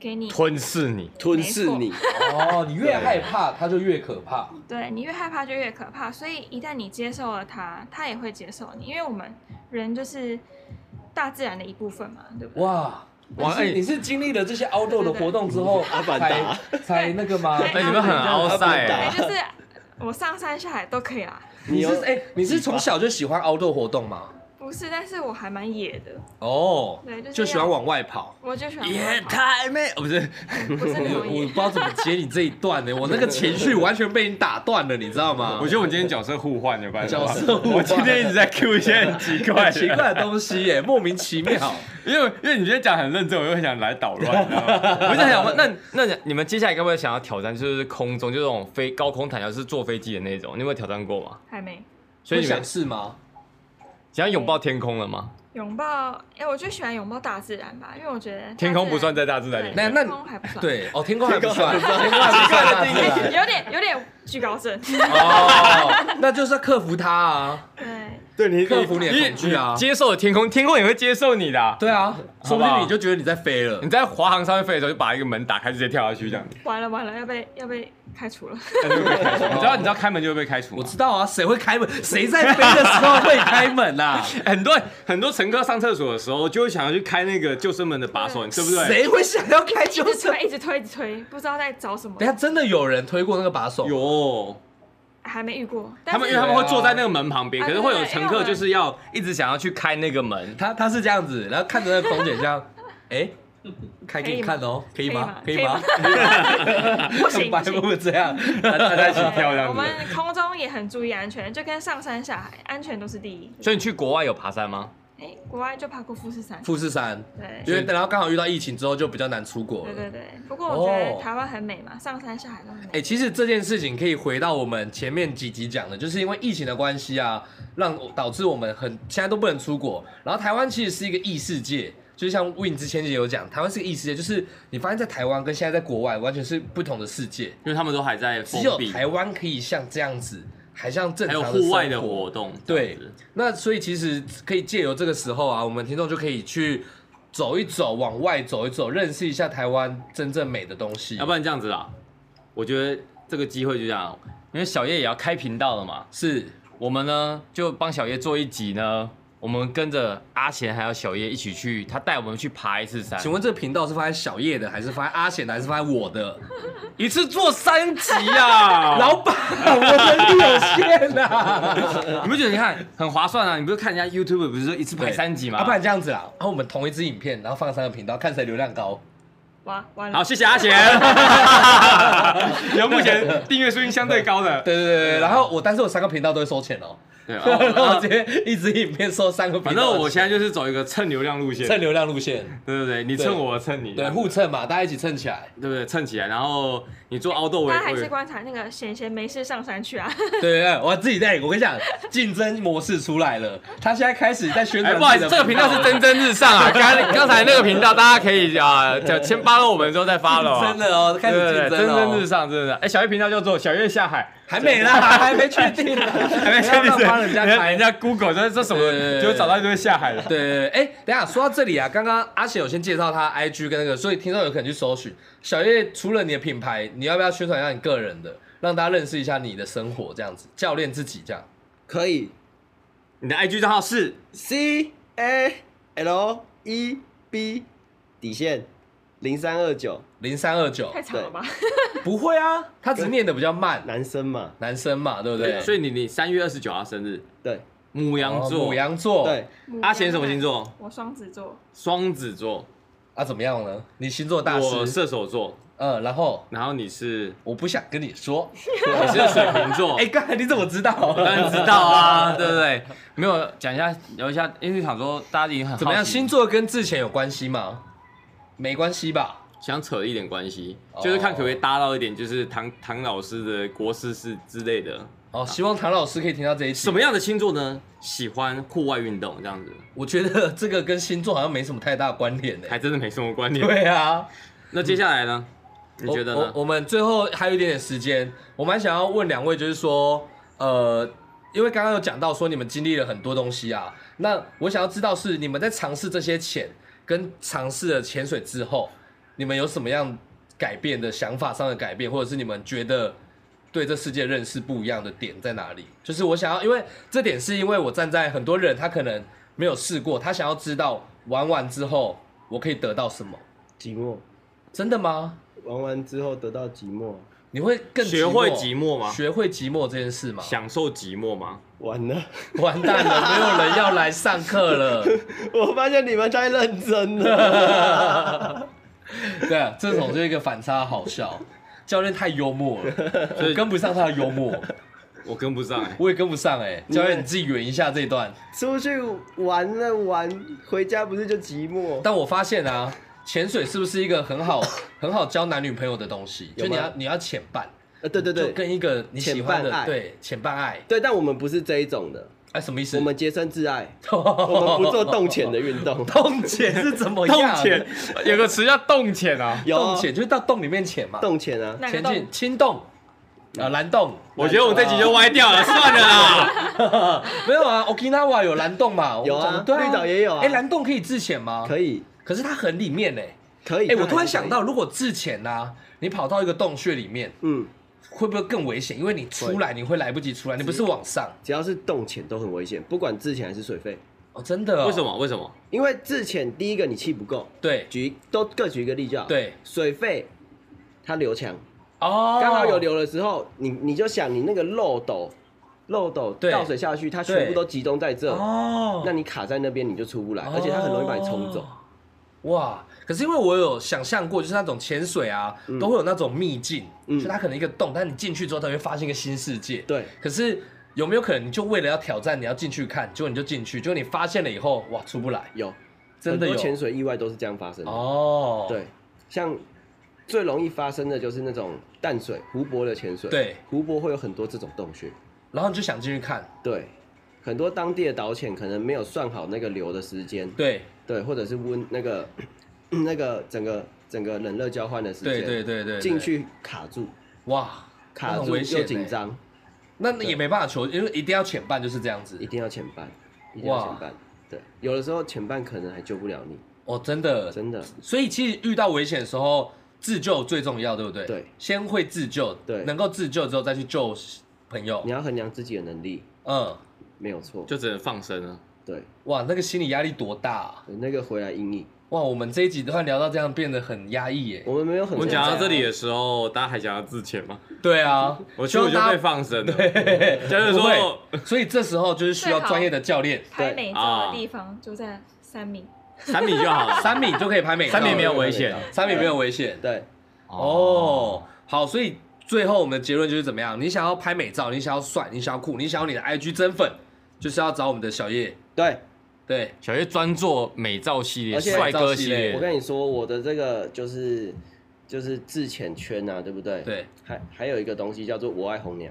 Speaker 1: 给你
Speaker 2: 吞噬你，
Speaker 4: 吞噬你，
Speaker 3: 哦，你越害怕，它就越可怕。
Speaker 1: 对你越害怕就越可怕，所以一旦你接受了它，它也会接受你，因为我们人就是大自然的一部分嘛，对不对？
Speaker 3: 哇，
Speaker 2: 哇
Speaker 3: 哇，哎，
Speaker 2: 哎
Speaker 3: 你是经历了这些 outdoor 的活动之后，
Speaker 4: 阿凡达
Speaker 3: 才才那
Speaker 1: *laughs*
Speaker 3: 个吗？
Speaker 1: 对
Speaker 2: 哎、你们很凹塞、
Speaker 1: 对，
Speaker 2: 欸，
Speaker 1: 就是我上山下海都可以啦。
Speaker 3: 你
Speaker 4: 有
Speaker 3: 是哎，你是从小就喜欢 outdoor 活动吗？
Speaker 1: 不是，但是我还蛮野的，
Speaker 3: 哦
Speaker 1: 对就是啊
Speaker 3: 就喜欢
Speaker 1: 要
Speaker 3: 往外跑。
Speaker 1: 我就喜欢
Speaker 2: 也
Speaker 1: 玩跑
Speaker 2: 太美，哦不是，
Speaker 1: 不是那
Speaker 3: 我
Speaker 1: 种
Speaker 3: 我不
Speaker 1: 野
Speaker 3: 知。道怎么接你这一段呢、我那个情绪完全被你打断了，你知道吗？
Speaker 5: 我觉得我们今天角色互换有关系吗
Speaker 3: 角色互换
Speaker 5: 我今天一直在 Q 一些很奇怪的
Speaker 3: 很奇
Speaker 2: *laughs*
Speaker 3: 怪的东西耶、莫名其妙。
Speaker 5: 因为因为你今天讲很认真，我又很想来捣乱，你知道吗？
Speaker 2: *laughs* 我就想问，那那你们接下来该不会想要挑战，就是空中，就这种飞高空弹跳，是坐飞机的那种，你有没有挑战过吗？
Speaker 1: 还没
Speaker 2: 所以
Speaker 3: 会
Speaker 2: 你
Speaker 3: 想
Speaker 2: 们
Speaker 3: 试吗？
Speaker 2: 想要拥抱天空了吗？
Speaker 1: 拥抱，哎、我就喜欢拥抱大自然吧，因为我觉得大自
Speaker 2: 天
Speaker 1: 然
Speaker 2: 空不算在大自然里面，
Speaker 3: 那
Speaker 1: 对
Speaker 3: 那
Speaker 1: 天空还不算，
Speaker 3: 对，哦，天空还不算，天空
Speaker 2: 还不
Speaker 3: 还不
Speaker 2: 算
Speaker 3: 算
Speaker 2: 大
Speaker 3: 大
Speaker 2: 自
Speaker 3: 自
Speaker 1: 哎，
Speaker 3: 然。
Speaker 2: 哦
Speaker 1: 有点有点惧高症。
Speaker 3: 哦，那就是要克服它啊。
Speaker 1: 对，
Speaker 5: 对你
Speaker 3: 克服你的
Speaker 2: 你
Speaker 3: 恐惧啊。
Speaker 2: 接受了天空，天空也会接受你的啊、
Speaker 3: 对啊，
Speaker 2: 好
Speaker 3: 说不
Speaker 2: 不好
Speaker 3: 定你就觉得你在飞了
Speaker 2: 你。在滑行上面飞的时候，就把一个门打开，直接跳下去这样。
Speaker 1: 完了完了，要被要被开除了。 *laughs*
Speaker 2: 你知道，你知道开门就会被开除
Speaker 3: 我
Speaker 2: 吗。
Speaker 3: 知道啊，谁会开门？谁在飞的时候会开门 *laughs* 啊？
Speaker 2: 很多人
Speaker 5: 很多乘客上厕所的时候，就会想要去开那个救生门的把手，你对不对？
Speaker 3: 谁会想要开
Speaker 1: 一
Speaker 3: 救
Speaker 1: 直
Speaker 3: 生？ *laughs*
Speaker 1: 推，一直推，一直推，不知道在找什么
Speaker 3: 等一，下真的有人推过那个把手？
Speaker 5: 有，
Speaker 1: 还没遇过。但
Speaker 2: 他
Speaker 1: 是
Speaker 2: 们因为他们会坐在那个门旁边，
Speaker 1: 啊
Speaker 2: 可是会有乘客就是要一直想要去开那个门，
Speaker 3: 他他是这样子，然后看着那个空姐这样，哎、开给你看哦，可
Speaker 1: 可
Speaker 3: 以吗？
Speaker 1: 可
Speaker 3: 可
Speaker 1: 以
Speaker 3: 以吗？？ *laughs*
Speaker 1: 不行
Speaker 3: 白
Speaker 1: 不
Speaker 3: 会
Speaker 1: 行
Speaker 3: 不。会这样？
Speaker 2: 大家一
Speaker 3: *laughs*
Speaker 2: 起跳这
Speaker 1: 对我
Speaker 2: 样子。
Speaker 1: 们空中也很注意安全，就跟上山下海，安全都是第一。
Speaker 2: 所以你去国外有爬山吗？
Speaker 1: 哎，国外就爬过富士山，
Speaker 3: 富士山，
Speaker 1: 对
Speaker 3: 因为然后刚好遇到疫情之后就比较难出国了
Speaker 1: 对。对对。不过我觉
Speaker 3: 哦
Speaker 1: 得台湾很美嘛，上山下海都很
Speaker 3: 哎、
Speaker 1: 美。
Speaker 3: 其实这件事情可以回到我们前面几集讲的，就是因为疫情的关系啊，让导致我们很现在都不能出国。然后台湾其实是一个异世界，就像 Win 之前也有讲，台湾是个异世界，就是你发现在台湾跟现在在国外完全是不同的世界，
Speaker 2: 因为他们都还在
Speaker 3: 只
Speaker 2: 封
Speaker 3: 有
Speaker 2: 闭，
Speaker 3: 台湾可以像这样子，还像正
Speaker 2: 还
Speaker 3: 常
Speaker 2: 有
Speaker 3: 的
Speaker 2: 户外的
Speaker 3: 生活
Speaker 2: 活动。
Speaker 3: 对
Speaker 2: 这样子，
Speaker 3: 那所以其实可以借由这个时候啊，我们听众就可以去走一走，往外走一走，认识一下台湾真正美的东西。
Speaker 2: 要不然这样子啦，我觉得这个机会就这样，因为小叶也要开频道了嘛，
Speaker 3: 是
Speaker 2: 我们呢就帮小叶做一集呢，我们跟着阿贤还有小叶一起去，他带我们去爬一次山，
Speaker 3: 请问这个频道是放在小叶的，还是放在阿显的，还是放在我的？
Speaker 2: 一次做三集啊！
Speaker 3: *laughs* 老板，我能力有限啊！
Speaker 2: 你不觉得你看很划算啊？你不是看人家 YouTube 不是说一次 *laughs* 拍三集吗？
Speaker 3: 啊，不然这样子啦，然后我们同一支影片，然后放三个频道，看谁流量高。
Speaker 1: 哇，完了
Speaker 2: 好，。谢谢阿
Speaker 3: *laughs*
Speaker 2: 贤，有目前订阅数应相对高的。
Speaker 3: 对对对对，然后我，但是我三个频道都会收钱哦，
Speaker 2: 对，然后
Speaker 3: 然 *laughs* 后直接一支影片收三个频
Speaker 2: 反
Speaker 3: 道的钱。
Speaker 2: 正我现在就是走一个蹭流量路线，
Speaker 3: 蹭流量路线，
Speaker 2: 对对对，你蹭我，我蹭你，
Speaker 3: 对，
Speaker 2: 对
Speaker 3: 互蹭嘛，大家一起蹭起来。
Speaker 2: 不对？蹭起来，然后你做凹豆围
Speaker 1: 他还是
Speaker 2: 围，
Speaker 1: 观察那个闲闲没事上山去啊，
Speaker 3: 对对，我自己在，我跟你讲，竞争模式出来了，他现在开始在宣
Speaker 2: 哎，
Speaker 3: 传。
Speaker 2: 不好意思，这个频道是蒸蒸日上 *laughs* 啊。刚刚才那个频道，大家可以啊，就先发了我们之后再发了。
Speaker 3: 真的哦，开
Speaker 2: 对
Speaker 3: 始
Speaker 2: 对
Speaker 3: 竞
Speaker 2: 对，
Speaker 3: 争
Speaker 2: 蒸
Speaker 3: 了
Speaker 2: 蒸
Speaker 3: 哦
Speaker 2: 日，上，真的。哎，小叶频道叫做小叶下海，哎
Speaker 3: 还没啦，还没确定啦，还
Speaker 2: 没确定是
Speaker 3: 帮人 *laughs* 家开
Speaker 2: 人。家 Google 这这什么
Speaker 3: 对对对，对
Speaker 2: 就找到一堆下海了。
Speaker 3: 对对对，哎，等一下说到这里啊，刚刚阿显有先介绍他 IG 跟那个，所以听众有可能去搜寻。小叶除了你的品牌，你要不要宣传一下你个人的，让大家认识一下你的生活这样子，教练自己这样。
Speaker 4: 可以
Speaker 2: 你的 IG 账号是
Speaker 4: C A L E B 底线零三二九，
Speaker 3: 零三二
Speaker 2: 哦
Speaker 3: 九
Speaker 1: *laughs* 太长了吧？
Speaker 3: 不会啊，他只是念的比较慢，
Speaker 4: 男生嘛，
Speaker 3: 男生嘛，对不对？
Speaker 2: 对，所以你你三月二十九号生日，
Speaker 4: 对
Speaker 2: 母羊
Speaker 3: 哦
Speaker 2: 座，
Speaker 3: 母羊座，
Speaker 4: 对，
Speaker 2: 阿贤什么星？座？
Speaker 1: 我双子座，
Speaker 2: 双子座，
Speaker 3: 啊，怎么样呢？你星座大
Speaker 2: 我
Speaker 3: 师，
Speaker 2: 射手座，
Speaker 3: 嗯，然后
Speaker 2: 然后你
Speaker 3: *laughs*
Speaker 2: 是
Speaker 3: 我不想跟你说。
Speaker 2: 你是水瓶座，
Speaker 3: 哎，刚才你怎么知道？
Speaker 2: 当然知道啊，对不对？没有讲一下聊一下，因为想说大家已经很好奇
Speaker 3: 怎么样？星座跟之前有关系吗？没关系吧？
Speaker 2: 想扯一点关系
Speaker 3: 哦，
Speaker 2: 就是看可不可以搭到一点，就是唐唐老师的国师是之类的，
Speaker 3: 哦，希望唐老师可以听到这一期。
Speaker 2: 什么？样的星座呢？喜欢户外运动这样子，
Speaker 3: 我觉得这个跟星座好像没什么太大关联呢、欸
Speaker 2: 还真的没什么关联。
Speaker 3: 对啊，
Speaker 2: 那接下来呢？你觉得
Speaker 3: 我
Speaker 2: 呢
Speaker 3: 我？我们最后还有一点点时间，我蛮想要问两位，就是说，呃，因为刚刚有讲到说你们经历了很多东西啊，那我想要知道是你们在尝试这些潜跟尝试了潜水之后，你们有什么样改变的想法上的改变，或者是你们觉得对这世界认识不一样的点在哪里？就是我想要，因为这点是因为我站在很多人他可能没有试过，他想要知道玩完之后我可以得到什么，
Speaker 4: 寂寞。
Speaker 3: 真的吗？
Speaker 4: 玩完之后得到寂寞，
Speaker 3: 你会更
Speaker 2: 学
Speaker 3: 寂寞
Speaker 2: 会寂寞吗
Speaker 3: 学会寂寞这件事吗？
Speaker 2: 享受寂寞吗？
Speaker 4: 完了，
Speaker 3: *laughs*
Speaker 4: *laughs*
Speaker 3: 完蛋了，没有人要来上课了。
Speaker 4: 我发现你们太认真了。 *laughs*
Speaker 3: 对啊，这种就是一个反差，好笑。教练太幽默了，我跟不上他的幽默，
Speaker 2: 我跟不 *laughs* 上哎、
Speaker 3: 我也跟不上哎、教练你自己圆一下这一段。
Speaker 4: 出去玩了玩，回家不是就寂寞？
Speaker 3: 但我发现啊，潜水是不是一个很
Speaker 4: *coughs*
Speaker 3: 好很好交男女朋友的东西？就
Speaker 4: 有吗
Speaker 3: 你要你要潜伴，
Speaker 4: 呃，对对
Speaker 3: 就
Speaker 4: 对，
Speaker 3: 跟一个你喜欢
Speaker 4: 潜伴
Speaker 3: 的
Speaker 4: 爱
Speaker 3: 对潜伴爱，
Speaker 4: 对，但我们不是这一种的，
Speaker 3: 哎什么意思？*laughs*
Speaker 4: 我们洁身自爱，
Speaker 3: 我。
Speaker 4: 我们不做动潜的运动
Speaker 3: *laughs* 动潜是怎么
Speaker 2: 洞
Speaker 3: 样？ *laughs*
Speaker 2: 潜有个词叫洞潜啊，
Speaker 4: 有啊
Speaker 3: 动潜就是到洞里面潜嘛，
Speaker 4: 动潜啊，
Speaker 1: 哪个
Speaker 3: 前
Speaker 1: 洞
Speaker 3: 进？青洞，啊，蓝洞，
Speaker 5: 我觉得我们这集就歪掉
Speaker 2: *laughs*
Speaker 5: 了，算了啦。
Speaker 3: 没有啊，Okinawa 有蓝洞嘛？我们
Speaker 4: 有啊
Speaker 3: 讲的对啊，
Speaker 4: 绿岛也有啊
Speaker 3: 哎，蓝洞可以自潜吗？
Speaker 4: 可
Speaker 3: 以，
Speaker 4: 以，
Speaker 3: 可是它很里面哎。
Speaker 4: 可以。
Speaker 3: 哎，
Speaker 4: 它
Speaker 3: 我突
Speaker 4: 还
Speaker 3: 然
Speaker 4: 是
Speaker 3: 想
Speaker 4: 可以，
Speaker 3: 到，如果自潜呐，你跑到一个洞穴里面，
Speaker 4: 嗯，
Speaker 3: 会不会更危险？因为你出来你会来不及出来，你不是往上
Speaker 4: 只要是洞潜都很危险，不管自潜还是水肺，
Speaker 3: 哦，真
Speaker 2: 啊
Speaker 3: 的？
Speaker 5: 为什？么？为什么？
Speaker 4: 因为自潜第一个你气不够，
Speaker 3: 对
Speaker 4: 举都各举一个例就好。
Speaker 3: 对，
Speaker 4: 水肺它流强，
Speaker 3: 哦，
Speaker 4: 刚好有流的时候，你你就想你那个漏斗，漏斗
Speaker 3: 对
Speaker 4: 倒水下去，它全部
Speaker 3: 对
Speaker 4: 都集中在这，
Speaker 3: 哦，
Speaker 4: 那你卡在那边你就出不来，而且它很容易把你冲走。
Speaker 3: 哇！可是因为我有想象过，就是那种潜水啊，都会有那种秘境，
Speaker 4: 嗯
Speaker 3: 就它可能一个洞，但你进去之后，它会发现一个新世界。
Speaker 4: 对
Speaker 3: 可是有没有可能，你就为了要挑战，你要进去看，结果你就进去，结果你发现了以后，哇，出不来
Speaker 4: 有
Speaker 3: 真的
Speaker 4: 很
Speaker 3: 有
Speaker 4: 多潜水意外都是这样发生的。
Speaker 3: 哦。
Speaker 4: 对，像最容易发生的就是那种淡水湖泊的潜水，
Speaker 3: 对，
Speaker 4: 湖泊会有很多这种洞穴，
Speaker 3: 然后你就想进去看，
Speaker 4: 对，很多当地的导潜可能没有算好那个流的时间，
Speaker 3: 对
Speaker 4: 对，或者是温那个 *clears throat* 那个整个整个冷热交换的时间，
Speaker 3: 对对对对，
Speaker 4: 进
Speaker 3: 对
Speaker 4: 去卡住，
Speaker 3: 哇，
Speaker 4: 卡
Speaker 3: 那很
Speaker 4: 住
Speaker 3: 危险
Speaker 4: 又
Speaker 3: 欸
Speaker 4: 紧，张，
Speaker 3: 那也没办法求，因为一定要潜伴就是这样子
Speaker 4: 一。定要前半，一定要
Speaker 3: 哇
Speaker 4: 前半，对，有的时候前半可能还救不了你，
Speaker 3: 哦，真的，
Speaker 4: 真的，
Speaker 3: 所以其实遇到危险的时候，自救最重要，对不对？
Speaker 4: 对，
Speaker 3: 先会自救，
Speaker 4: 对
Speaker 3: 能够自救之后再去救朋友
Speaker 4: 你。要衡量自己的能力，
Speaker 3: 嗯，
Speaker 4: 没有错，
Speaker 5: 就只能放生了。
Speaker 4: 对，
Speaker 3: 哇，那个心理压力多大、啊！
Speaker 4: 那个回来阴影，
Speaker 3: 哇，我们这一集突然聊到这样，变得很压抑耶
Speaker 4: 我。们没有很
Speaker 5: 我们讲
Speaker 4: 常
Speaker 5: 到这里的时候，大家还想要自潜吗？
Speaker 3: 对啊，
Speaker 5: 我去我就被放
Speaker 3: 放。
Speaker 5: 生了。就是
Speaker 3: 不
Speaker 5: 说，
Speaker 3: 会，所以这时候就是需要专业的教练，
Speaker 1: 拍美照
Speaker 4: 啊
Speaker 1: 的地方就在三米，
Speaker 5: 三米就好了。
Speaker 3: *laughs* 三米就可以拍美照，
Speaker 2: 三米没有危险，
Speaker 3: 三米没有危险。
Speaker 4: 对，
Speaker 3: 啊哦，好，所以最后我们的结论就是怎么样？你想要拍美照，你想要帅，你想要酷，你想要你的 IG 增粉，就是要找我们的小叶。
Speaker 4: 对。
Speaker 3: 对，
Speaker 2: 小叶专做美照系列、
Speaker 4: 而且
Speaker 2: 帅哥系
Speaker 3: 对
Speaker 2: 列，
Speaker 4: 我跟你说，我的这个就是就是自潜圈啊，对不对？
Speaker 3: 对，
Speaker 4: 还还有一个东西叫做“我爱红娘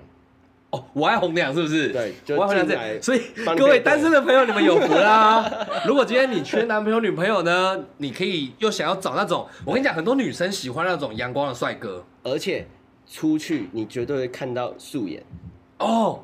Speaker 3: 哦，我爱红娘是不是？
Speaker 4: 对就
Speaker 3: 我爱红娘
Speaker 4: 进来
Speaker 3: 这，所以
Speaker 4: 帮你
Speaker 3: 各位
Speaker 4: 配对
Speaker 3: 单身的朋友，你们有福啦。如果今天你缺男朋友、女朋友呢，你可以又想要找那种，我跟你讲，很多女生喜欢那种阳光的帅哥”，
Speaker 4: 而且出去你绝对会看到素颜，
Speaker 3: 哦，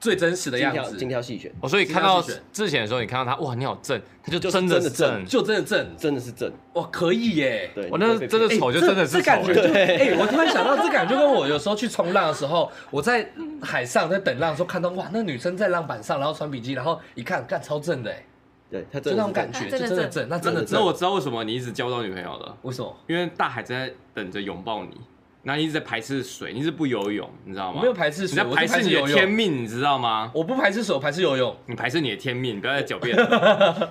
Speaker 3: 最真实的
Speaker 4: 精
Speaker 3: 样
Speaker 4: 挑精
Speaker 3: 子，
Speaker 4: 挑细选，
Speaker 2: 哦我所以看到
Speaker 3: 尽量去选
Speaker 2: 之前的时候，你看到他，哇，你好正，他就
Speaker 4: 就是
Speaker 2: 真的
Speaker 4: 真的
Speaker 2: 正
Speaker 4: 正，
Speaker 3: 就真的正，
Speaker 4: 真的是正。
Speaker 3: 哇，可以耶。
Speaker 4: 对，
Speaker 2: 我
Speaker 4: 你
Speaker 2: 那
Speaker 4: 会被
Speaker 2: 真的
Speaker 3: 哎
Speaker 2: 丑就
Speaker 3: 这
Speaker 2: 真的是
Speaker 3: 这感
Speaker 2: 丑
Speaker 3: 觉，就哎、 *laughs* 我突然想到，这感觉跟我有时候去冲浪的时候，我在海上在等浪的时候看到，哇，那女生在浪板上，然后穿比基，然后一看，干超正的、哎，
Speaker 4: 对他
Speaker 3: 就
Speaker 4: 真
Speaker 3: 那
Speaker 4: 的
Speaker 3: 种
Speaker 4: 是
Speaker 3: 感
Speaker 4: 正
Speaker 3: 觉，
Speaker 1: 啊
Speaker 3: 就
Speaker 1: 真的
Speaker 3: 真的
Speaker 1: 正
Speaker 3: 正，那真的
Speaker 5: 那
Speaker 3: 正，
Speaker 5: 我知道为什么你一直交不到女朋友了，
Speaker 3: 为什么？
Speaker 5: 因为大海正在等着拥抱你，然后你一直在排斥水，你一直不游泳，你知道
Speaker 3: 我
Speaker 5: 吗？
Speaker 3: 没有排斥
Speaker 5: 你
Speaker 3: 水，
Speaker 5: 在
Speaker 3: 我是
Speaker 5: 排斥你的
Speaker 3: 游
Speaker 5: 天
Speaker 3: 泳，
Speaker 5: 命，你知道吗？
Speaker 3: 我不排斥水，我排斥游泳。
Speaker 5: 你排斥你的天命，你不要再狡辩，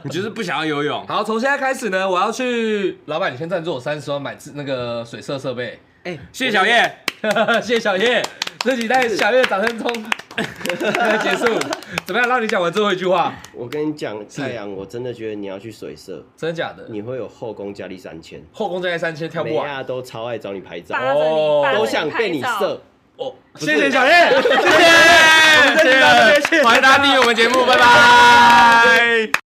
Speaker 5: 你就是不想要游泳。
Speaker 3: 好，从现在开始呢，我要去，老板，你先赞助我三十万买自那个水色设备， *laughs*
Speaker 4: 哎，
Speaker 5: 谢谢小叶，
Speaker 3: 谢谢小叶。这几代小叶的掌声中 *laughs* 结束， *laughs* 怎么样？让你讲完最后一句话，
Speaker 4: 我跟你讲，太阳，我真的觉得你要去水色，
Speaker 3: 真的假的？
Speaker 4: 你会有后宫佳丽三千，
Speaker 3: 后宫加在三千跳
Speaker 4: 美
Speaker 3: 不完，
Speaker 4: 亚都超爱找你拍照，
Speaker 1: 扒着你，扒着
Speaker 4: 哦都
Speaker 1: 你
Speaker 4: 想被你
Speaker 1: 拍照。
Speaker 4: 射。
Speaker 3: 哦，
Speaker 2: 谢谢小叶，谢谢，谢谢，欢迎大家订阅我们节目，拜拜。